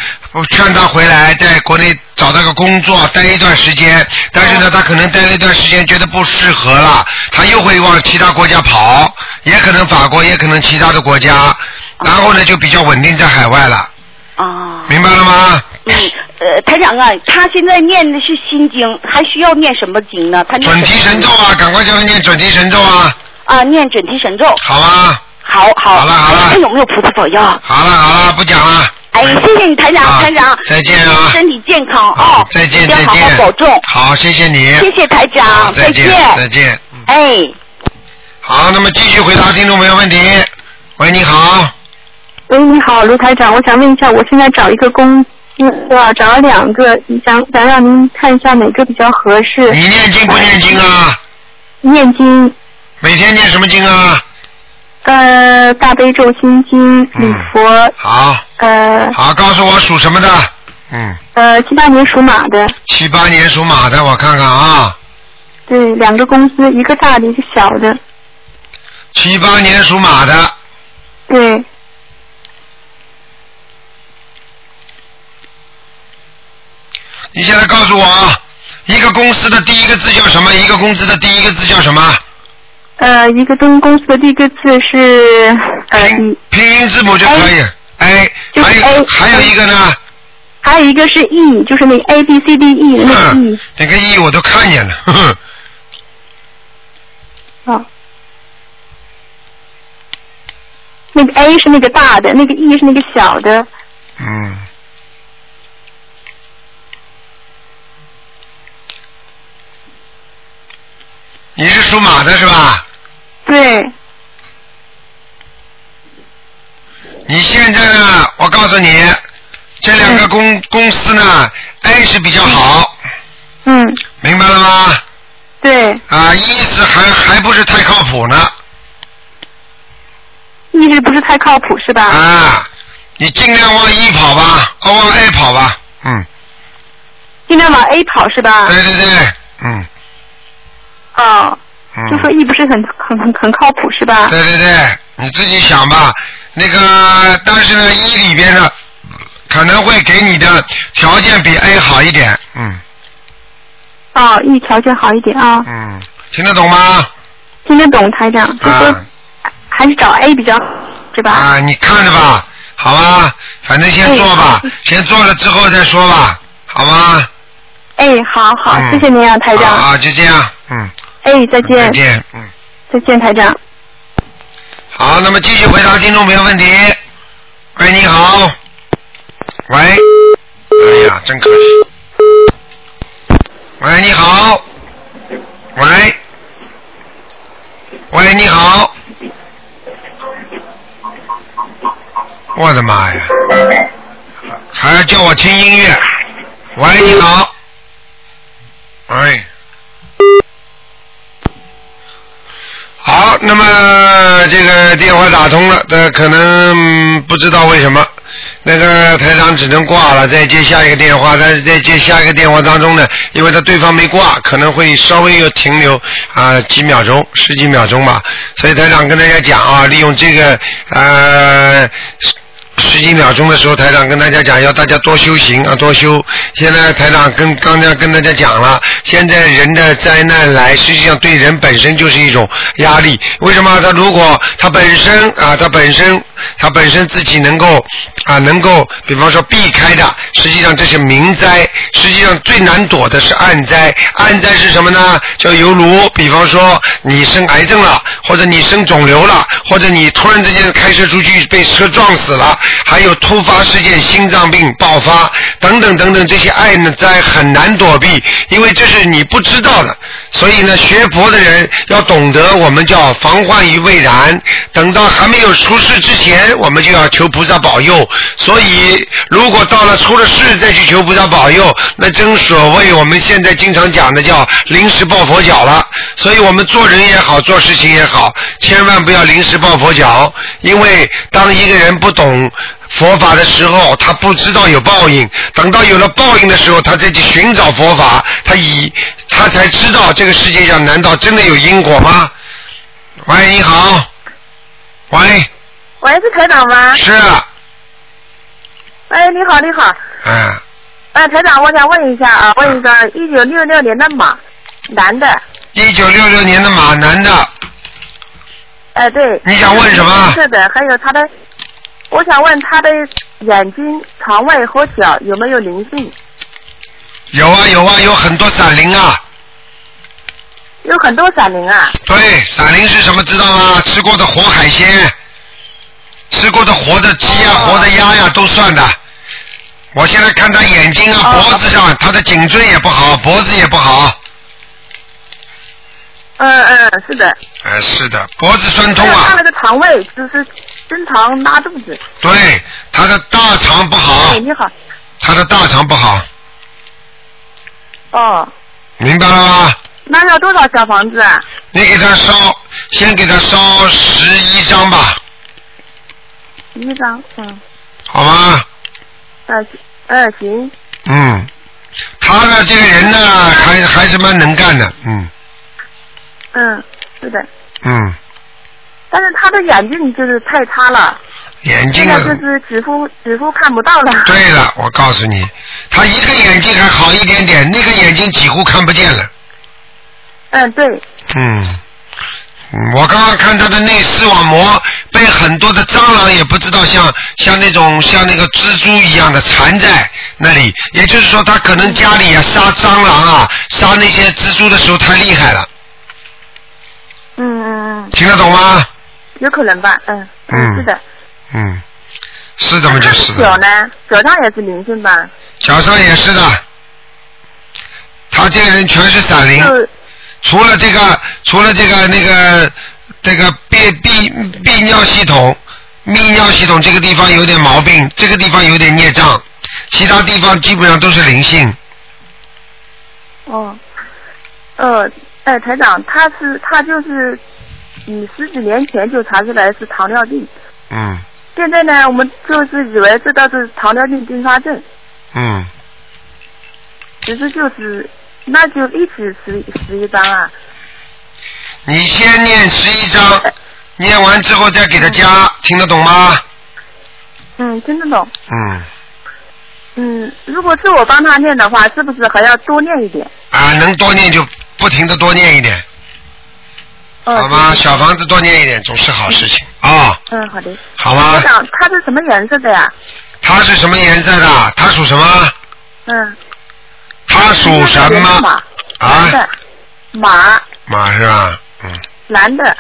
劝他回来，在国内找到个工作待一段时间，但
哦
是呢，他可能待了一段时间觉得不适合了，他又会往其他国家跑，也可能法国，也可能其他的国
哦
家，然后呢就比较稳定在海外了，
啊，
明白了吗？
嗯，呃，台长啊，他现在念的是心经，还需要念什么经呢？他念
准提神咒啊，赶快叫他念准提神咒啊，
啊，念准提神咒。
好吗？
好好。
好了好了
还有没有菩萨保佑？
好了好了，不讲了。
哎，谢谢你，台长，
啊
台长，
再见啊
身体健康
好
哦，
再见
一定
再
要好
见，
好保重，
<laughs> 好，谢谢你，
谢谢台
好
长，
再
见，
再见。嗯
哎。
好，那么继续回答听众朋友问题。喂，你好，
喂，你好，卢台长，我想问一下，我现在找一个工作啊，找了两个，想想让您看一下哪个比较合适。
你念经不念经啊？
念经，
每天念什么经啊？
呃，大悲咒心经、礼佛，
好，
呃
好，告诉我属什么的？嗯，
呃，七八年属马的，
七八年属马的，我看看啊。
对，两个公司，一个大的，一个小的，
七八年属马的，
对，
你现在告诉我啊，一个公司的第一个字叫什么？一个公司的第一个字叫什么？
呃，一个东公司的第一个字是呃，
拼
一，
拼音字母就可以。哎，
就是
还有
A
还有一个呢，
还有一个是 E，就是那 A B C D E 的那个
嗯
E，，
那个 E 我都看见了。呵
<laughs>
呵
啊。那个 A 是那个大的，那个 E 是那个小的。
嗯，你是属马的是吧？
对，
你现在呢？我告诉你，这两个公、公司呢，A 是比较好，
嗯，
明白了吗？，E
对，
啊，一是还还不是太靠谱呢，
太靠谱是吧？
啊，你尽量往一跑吧，哦往 A 跑吧，嗯，
尽量往 A 跑是
啊
吧？
对对对，嗯
哦，就
嗯
说，E 不是很很很很靠谱是
啊
吧？
对对对，你自己想吧。那个，但是呢，一里边呢，可能会给你的条件比 A 好一点，嗯
哦，E 条件好一点啊、
嗯，听得懂吗？
听得懂台长，
嗯
就说
啊
还是找 A 比较是吧？
啊，你看着吧，好吧，反正先做吧，先做了之后再说吧，好吗？
哎，好好，
嗯
谢谢您啊，台长。
啊，就这样，嗯，
哎，再
再
见，
见，嗯。
再见，台长。
好，那么继续回答听众朋友问题。喂，你好。喂。哎呀，真可惜。喂，你好。喂。喂，你好。我的妈呀！还要叫我听音乐。喂，你好。哎喂。好，那么这个电话打通了，呃，可能、嗯不知道为什么，那个台长只能挂了，再接下一个电话，但是在接下一个电话当中呢，因为他对方没挂，可能会稍微有停留啊、几秒钟，十几秒钟吧，所以台长跟大家讲啊，利用这个呃。十几秒钟的时候，台长跟大家讲，要大家多修行啊，多修。现在台长跟刚才跟大家讲了，现在人的灾难来，实际上对人本身就是一种压力。为什么？他如果他本身啊，他本身他本身自己能够啊，能够比方说避开的，实际上这是明灾。实际上最难躲的是暗灾。暗灾是什么呢？就犹如比方说你生癌症了，或者你生肿瘤了，或者你突然之间开车出去被车撞死了，还有突发事件心脏病爆发等等等等这些爱呢灾很难躲避，因为这是你不知道的。所以呢，学佛的人要懂得我们叫防患于未然，等到还没有出事之前，我们就要求菩萨保佑。所以，如果到了出了事再去求菩萨保佑，那正所谓我们现在经常讲的叫临时抱佛脚了。所以我们做人也好，做事情也好，千万不要临时抱佛脚，因为当一个人不懂佛法的时候，他不知道有报应；等到有了报应的时候，他再去寻找佛法，他以他才知道这个世界上难道真的有因果吗？喂，你好，喂，
喂，是台长吗？
是啊，
哎，你好，你好。
嗯，
呃
哎，台长，我想问一下啊，问一个一九六六年的马，男的。
一九六六年的马男的，
哎，对。
你想问什么
是的，还有他的，我想问他的眼睛、肠胃和脚有没有灵性？
有啊有啊，有很多闪灵啊。
有很多闪灵啊。
对，闪灵是什么知道吗？吃过的活海鲜，吃过的活的鸡呀、
哦
活的鸭呀、都算的。我现在看他眼睛啊、
哦
脖子上，他的颈椎也不好，脖子也不好。
嗯嗯，是的。
哎，是的，脖子酸
还
痛
有他
啊
那。个肠胃，就是经常拉肚子。
对，他的大肠不好
哎，，你好。
他的大肠不好，
哦，
明白了吗？
那要多少小房子啊？
你给他烧，先给他烧十一张吧，
一张，嗯，
好吗？
呃，呃，行，
嗯，他呢这个人呢，还还是蛮能干的，嗯
嗯，是的。
嗯，
但是他的眼睛就是太差了，
眼睛
现
啊
在就是几乎几乎看不到了。
对了，我告诉你，他一个眼睛还好一点点，那个眼睛几乎看不见了。
嗯，对，
嗯，嗯我刚刚看他的内视网膜被很多的蟑螂，也不知道像像那种像那个蜘蛛一样的缠在那里，也就是说，他可能家里啊杀蟑螂啊，杀那些蜘蛛的时候太厉害了，
嗯嗯嗯，
听得懂吗？
有可能吧，嗯，
嗯
是的。
嗯，是这么就
那
是
他
的。
的脚呢？脚上也是灵性吧？
脚上也是的，他这个人全是闪灵，
就
除了这个，除了这个那个这个憋泌泌尿系统、泌尿系统这个地方有点毛病，这个地方有点孽障，其他地方基本上都是灵性。
哦，呃，哎，台长，他是他就是，嗯，十几年前就查出来是糖尿病，
嗯
现在呢，我们就是以为知道是糖尿病并发症，
嗯，
只是就是那就一起十十一张啊。
你先念十一章，念完之后再给他加，听得懂吗？
嗯，听得懂。
嗯，
嗯，如果是我帮他念的话，是不是还要多念一点？
啊，能多念就不停的多念一点，
哦
好吗？小房子多念一点总是好事情啊、
嗯，好的。
好吧
我想它是什么颜色的呀？
它是什么颜色的？它属什么？
嗯。
它属什么？
马。
啊
男，的。马，
马是吧？嗯
男的。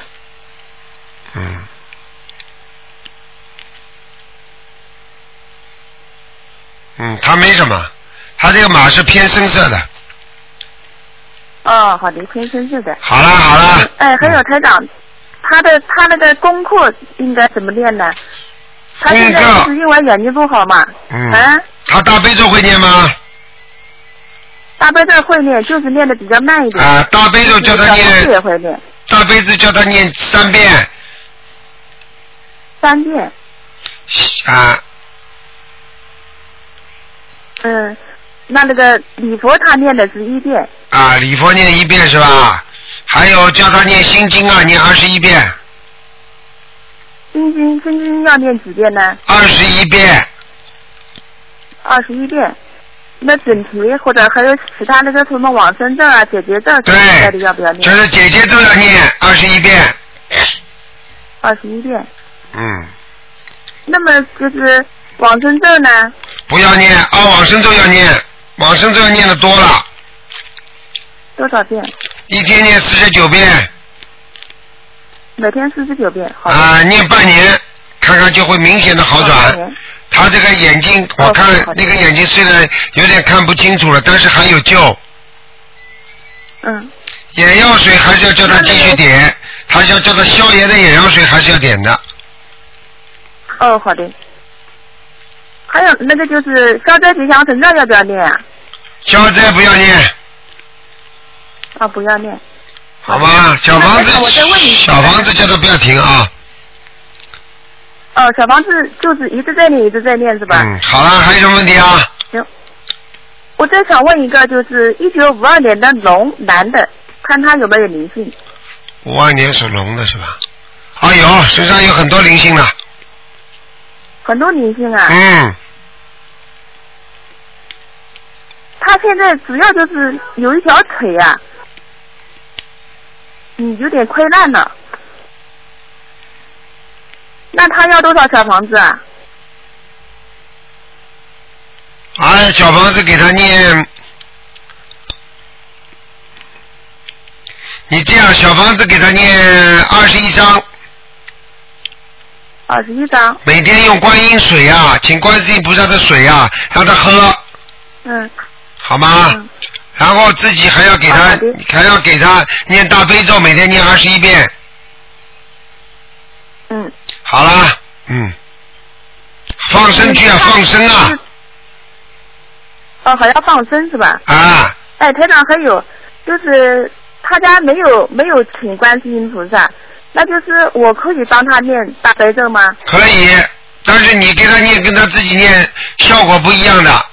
嗯。
嗯，它没什么，它这个马是偏深色的。
哦，好的，偏深色的。
好啦好啦，
哎，还
嗯
有台长，他的他那个功课应该怎么练呢？他现在
功课
是因为眼睛不好嘛？
嗯
啊，
它大悲咒会念吗？
大悲咒会练，就是练的比较慢一点。
啊大悲咒叫他念
小房子也会练
大悲咒叫他念三遍
三遍。
啊，
嗯，那那个礼佛他念的是一遍，
啊，礼佛念一遍是吧？还有叫他念心经啊，念二十一遍，
心经心经要念几遍呢？
二十一遍。
二十一遍。那准提或者还有其他那个什么往生咒啊、解结咒什么的，要不要念？
就是姐姐都要念二十一遍。
二十一遍。
嗯，
那么就是往生咒呢？
不要念啊，往生咒要念，往生咒要念的多了，
多少遍？
一天念四十九遍
每天四十九遍。好的。
啊，念半年，看看就会明显的好
半
转。
年哦
他这个眼睛，我看那个眼睛虽然有点看不清楚了，但是还有救。
嗯。
眼药水还是要叫他继续点，他要叫他消炎的眼药水还是要点的。
哦，好的。还有那个就是消灾吉祥神咒要不要念啊？
消灾不要念，
啊、不要念。
好吗？小房子
那我再问你，
小房子叫他不要停啊。
哦，小房子就是一直在念，一直在念是吧？
嗯，好了，还有什么问题啊？
行。我再想问一个，就是一九五二年的龙男的，看他有没有灵性。
五二年属龙的是吧？啊，有，身上有很多灵性的。
很多灵性啊。
嗯，
他现在主要就是有一条腿啊，嗯，有点溃烂了。那他要多少小房子啊？
啊，小房子给他念。你这样，小房子给他念二十一章，
二十一张。
每天用观音水啊，请观世音菩萨的水啊，让他喝，
嗯，
好吗？然后自己还要给他，还要给他念大悲咒，每天念二十一遍。
嗯。
好啦，嗯。放生
嗯
去啊，放生啊，
哦，还要放生是吧？
啊。
哎，台长还有，就是他家没有没有请观世音菩萨，那就是我可以帮他念大悲咒吗？
可以。但是你给他念，跟他自己念效果不一样的，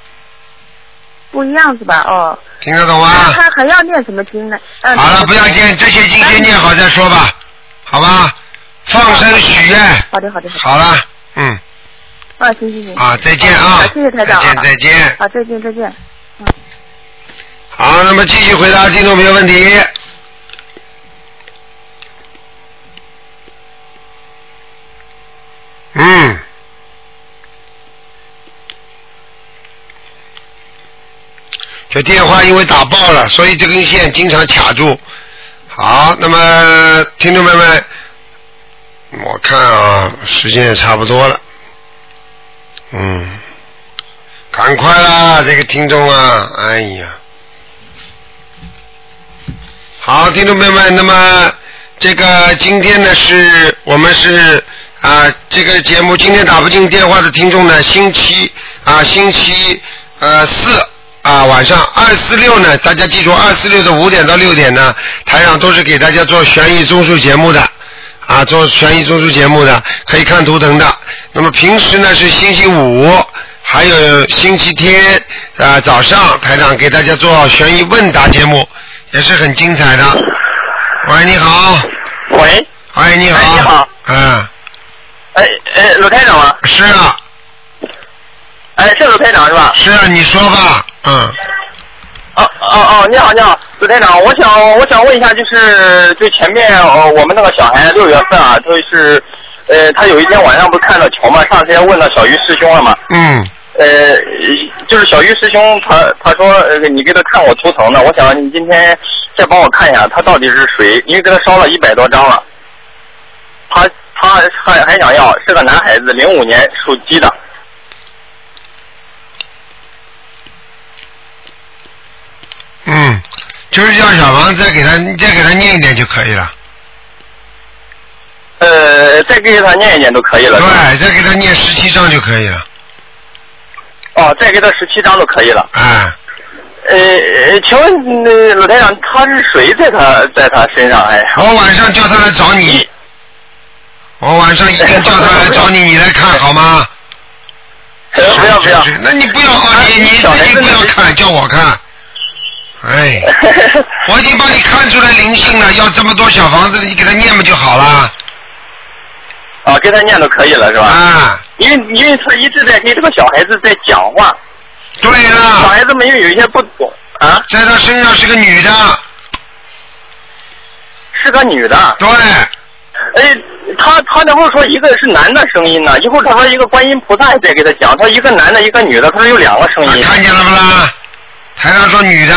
不一样是吧？哦。
听得懂吗？
那他还要念什么经呢？嗯、
好了，不要念这些经，先念好再说吧，好吧？放生许愿，
好的，好的，好的。
好了，嗯，
啊，行行行。
啊再见啊
好谢谢台长啊。
再见再见
啊，再见，再见。
好，那么继续回答听众朋友问题。嗯。这电话因为打爆了，所以这根线经常卡住。好，那么听众朋友们，我看啊，时间也差不多了。嗯，赶快啦，这个听众啊，哎呀。好，听众朋友们，那么这个今天呢是我们是啊、这个节目今天打不进电话的听众呢，星期啊、星期呃四啊、晚上二四六呢，大家记住二四六的五点到六点呢，台上都是给大家做悬疑综述节目的。啊，做悬疑综述节目的，可以看图腾的。那么平时呢是星期五，还有星期天啊、早上，台长给大家做悬疑问答节目，也是很精彩的。喂，你好。
喂。
喂，你好。你好。嗯。
哎哎，鲁台长吗？
是啊。
哎，是鲁台长是吧？
是啊，你说吧。嗯。
哦哦哦，你好你好，鲁台长，我想我想问一下，就是就前面呃我们那个小孩六月份啊，就是呃他有一天晚上不是看到球嘛，上天问了小鱼师兄了嘛，
嗯。
呃就是小鱼师兄他他说呃你给他看我图腾呢，我想你今天再帮我看一下他到底是谁，因为给他烧了一百多张了，他他还还想要是个男孩子，零五年属鸡的。
嗯，就是叫小王再给他再给他念一点就可以了。
呃，再给他念一念都可以了。
对，再给他念十七章就可以了。
哦，再给他十七章都可以了。
哎，
呃，呃请问呃鲁台长他是谁在他在他身上？哎，
我晚上叫他来找你，我晚上一定叫他来
<laughs>
找你，你来看好吗？
哎不要不要，哎
那你不要啊，你你自己不要看，叫我看。哎，
<laughs>
我已经帮你看出来灵性了，要这么多小房子，你给他念不就好了？
啊，跟他念都可以了是吧？
啊，
因为因为他一直在跟这个小孩子在讲话，
对了，
小孩子们又有一些不懂啊。
在他身上是个女的，
是个女的。
对。
哎，他他那会儿说一个是男的声音呢，一会儿他说一个观音菩萨也在给他讲，他一个男的，一个女的，他说有两个声音。
看见了不啦？台上说女的。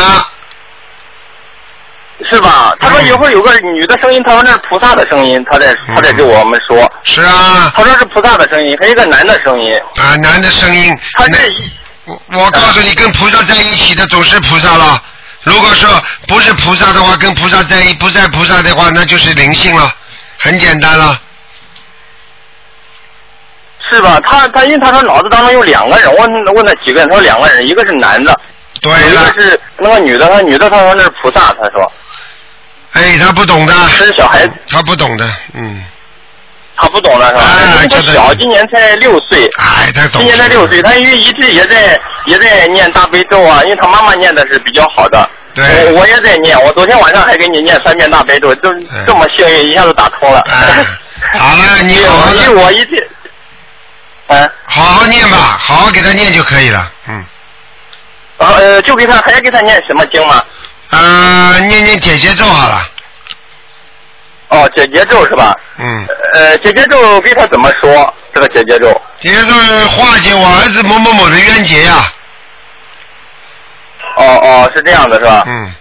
是吧？他说一会儿有个女的声音，他说那是菩萨的声音，他在他在给我们说。
是啊。
他说是菩萨的声音，还有一个男的声音。
啊，男的声音。
他这
我我告诉你，跟菩萨在一起的总是菩萨了。如果说不是菩萨的话，跟菩萨在一不在菩萨的话，那就是灵性了，很简单了。
是吧？他他因为他说脑子当中有两个人，我问问他几个人，他说两个人，一个是男的，
对
一个是那个女的，他女的他说那是菩萨，他说。
哎，他不懂的。
是小孩子。
他不懂的，嗯。
他不懂了啊是吧？
哎
他
就是
小，今年才六岁。
哎，他懂。
今年才六岁，他因为一直也在也在念大悲咒啊，因为他妈妈念的是比较好的。
对
我我也在念，我昨天晚上还给你念三遍大悲咒，就这么幸运，一下子打通了。
<laughs> 哎
<laughs>
好了，你好好
因为
的，
我一直，嗯，
好好念吧，好好给他念就可以了，哎嗯。
呃，就给他还给他念什么经嘛？
呃，念念姐姐咒好了，
哦，姐姐咒是吧？
嗯。
呃，姐姐咒给他怎么说？这个姐姐咒，
姐姐咒化解我儿子某某某的冤结呀、
哦哦，是这样的是吧？
嗯。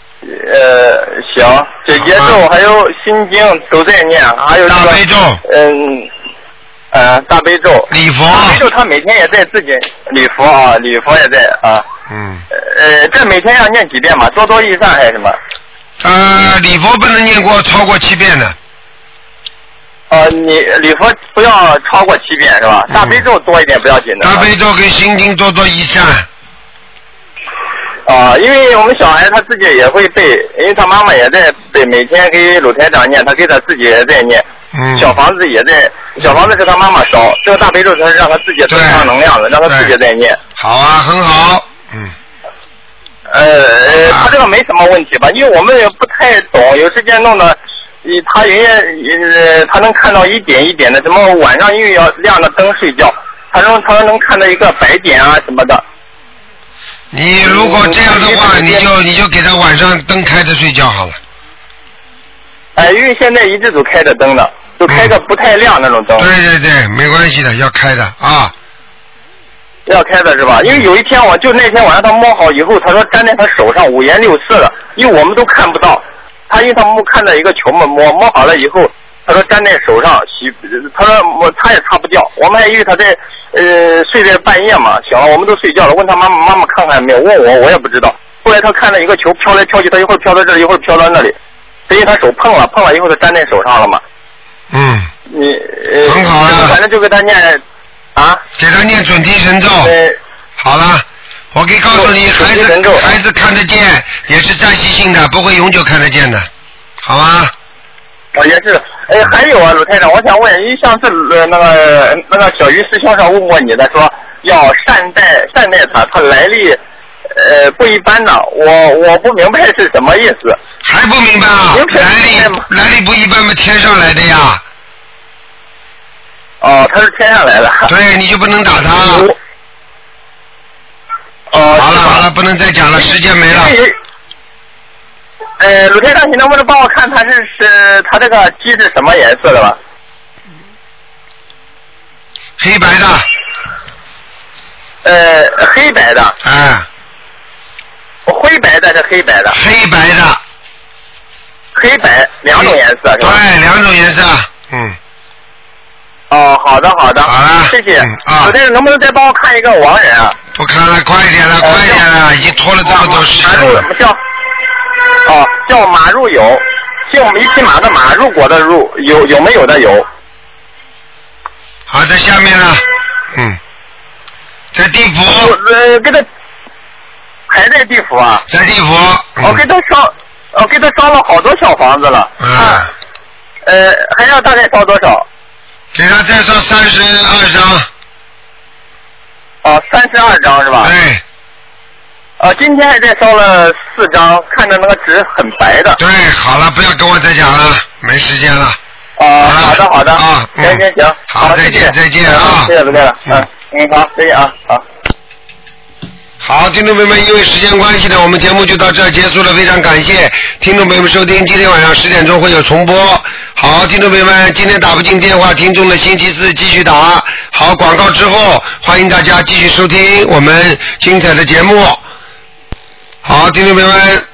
呃，行，姐姐咒还有心经都在念，还有这个
大悲咒
嗯，呃，大悲咒，
礼佛
大悲咒他每天也在自己礼佛啊，礼佛也在啊，
嗯。
呃，这每天要念几遍嘛？多多益善还是什么？
呃，礼佛不能念过超过七遍的，
呃，你礼佛不要超过七遍是吧？大悲咒多一点不要紧
嗯
的。啊
大悲咒跟心经多多益善。
啊，因为我们小孩他自己也会背，因为他妈妈也在背，每天给鲁台长念，他给他自己也在念。
嗯
小房子也在，小房子是他妈妈烧，这个大悲咒是让他自己增强能量的，让他自己在念。
好啊，很好，
呃呃，他这个没什么问题吧？因为我们也不太懂，有时间弄的，一他人家呃，他能看到一点一点的，怎么晚上又要亮着灯睡觉？他说他说能看到一个白点啊什么的。
你如果这样的话，你就你就给他晚上灯开着睡觉好了。
哎，因为现在一直都开着灯的，就开个不太亮那种灯。
对对对，没关系的，要开的啊。
要开的是吧？因为有一天我就那天晚上他摸好以后，他说粘在他手上五颜六色的，因为我们都看不到。他因为他摸看到一个球嘛，摸摸好了以后，他说粘在手上，洗，他说我擦也擦不掉。我们还以为他在呃睡在半夜嘛，醒了我们都睡觉了，问他妈妈妈妈看看没有，问我我也不知道。后来他看到一个球飘来飘去，他一会儿飘到这里，一会儿飘到那里，所以他手碰了，碰了以后就粘在手上了嘛。
嗯，
你呃，
很好啊
反正就给他念啊。
给他念准提神咒。
呃
好了，我可以告诉你，
准
孩
提神
子
咒
孩子看得见，也是暂时性的，不会永久看得见的，好吗？
我也是，哎，还有啊，鲁台长，我想问，因为上次呃那个那个小鱼师兄上问过你的，说要善待善待他，他来历呃不一般呢，我我不明白是什么意思。
还不明白啊？来历来历不一般嘛，天上来的呀。
哦，他是天上来的。
对，你就不能打他。啊
哦，
好了好了，不能再
嗯
讲了，时间没了。
呃，鲁台长，你能不能帮我看他是是他这个鸡是什么颜色的吧？
黑白的。
呃，黑白的。
啊。
灰白的还是黑白的？
黑白的。
黑白两种颜色是吧？
对，两种颜色。嗯。
哦，好的好的，好了，谢谢。
啊
鲁台长，能不能再帮我看一个亡人啊？
不看了，快一点
呃
了，快一点了，已经拖了这么多时间了。
叫哦，叫马入友，姓一匹马的马，入国的入，有有没有的有。
好，在下面呢。嗯。在地府。
呃，给他还在地府啊？
在地府。嗯
我给他烧，我给他烧了好多小房子了。
啊。
呃，还要大概烧多少？
给他再上三十二张。
哦，三十二张是吧？
哎。
呃，今天还在烧了四张，看着那个纸很白的。
对，好了，不要跟我再讲了，没时间了。
啊，好的好的
啊，
行行行，
好，再见再见啊
谢谢卢队长，嗯嗯，好，再见啊，好。
好，听众朋友们，因为时间关系呢，我们节目就到这儿结束了。非常感谢听众朋友们收听，今天晚上十点钟会有重播。好，听众朋友们，今天打不进电话，听众的星期四继续打。好，广告之后，欢迎大家继续收听我们精彩的节目。好，听众朋友们，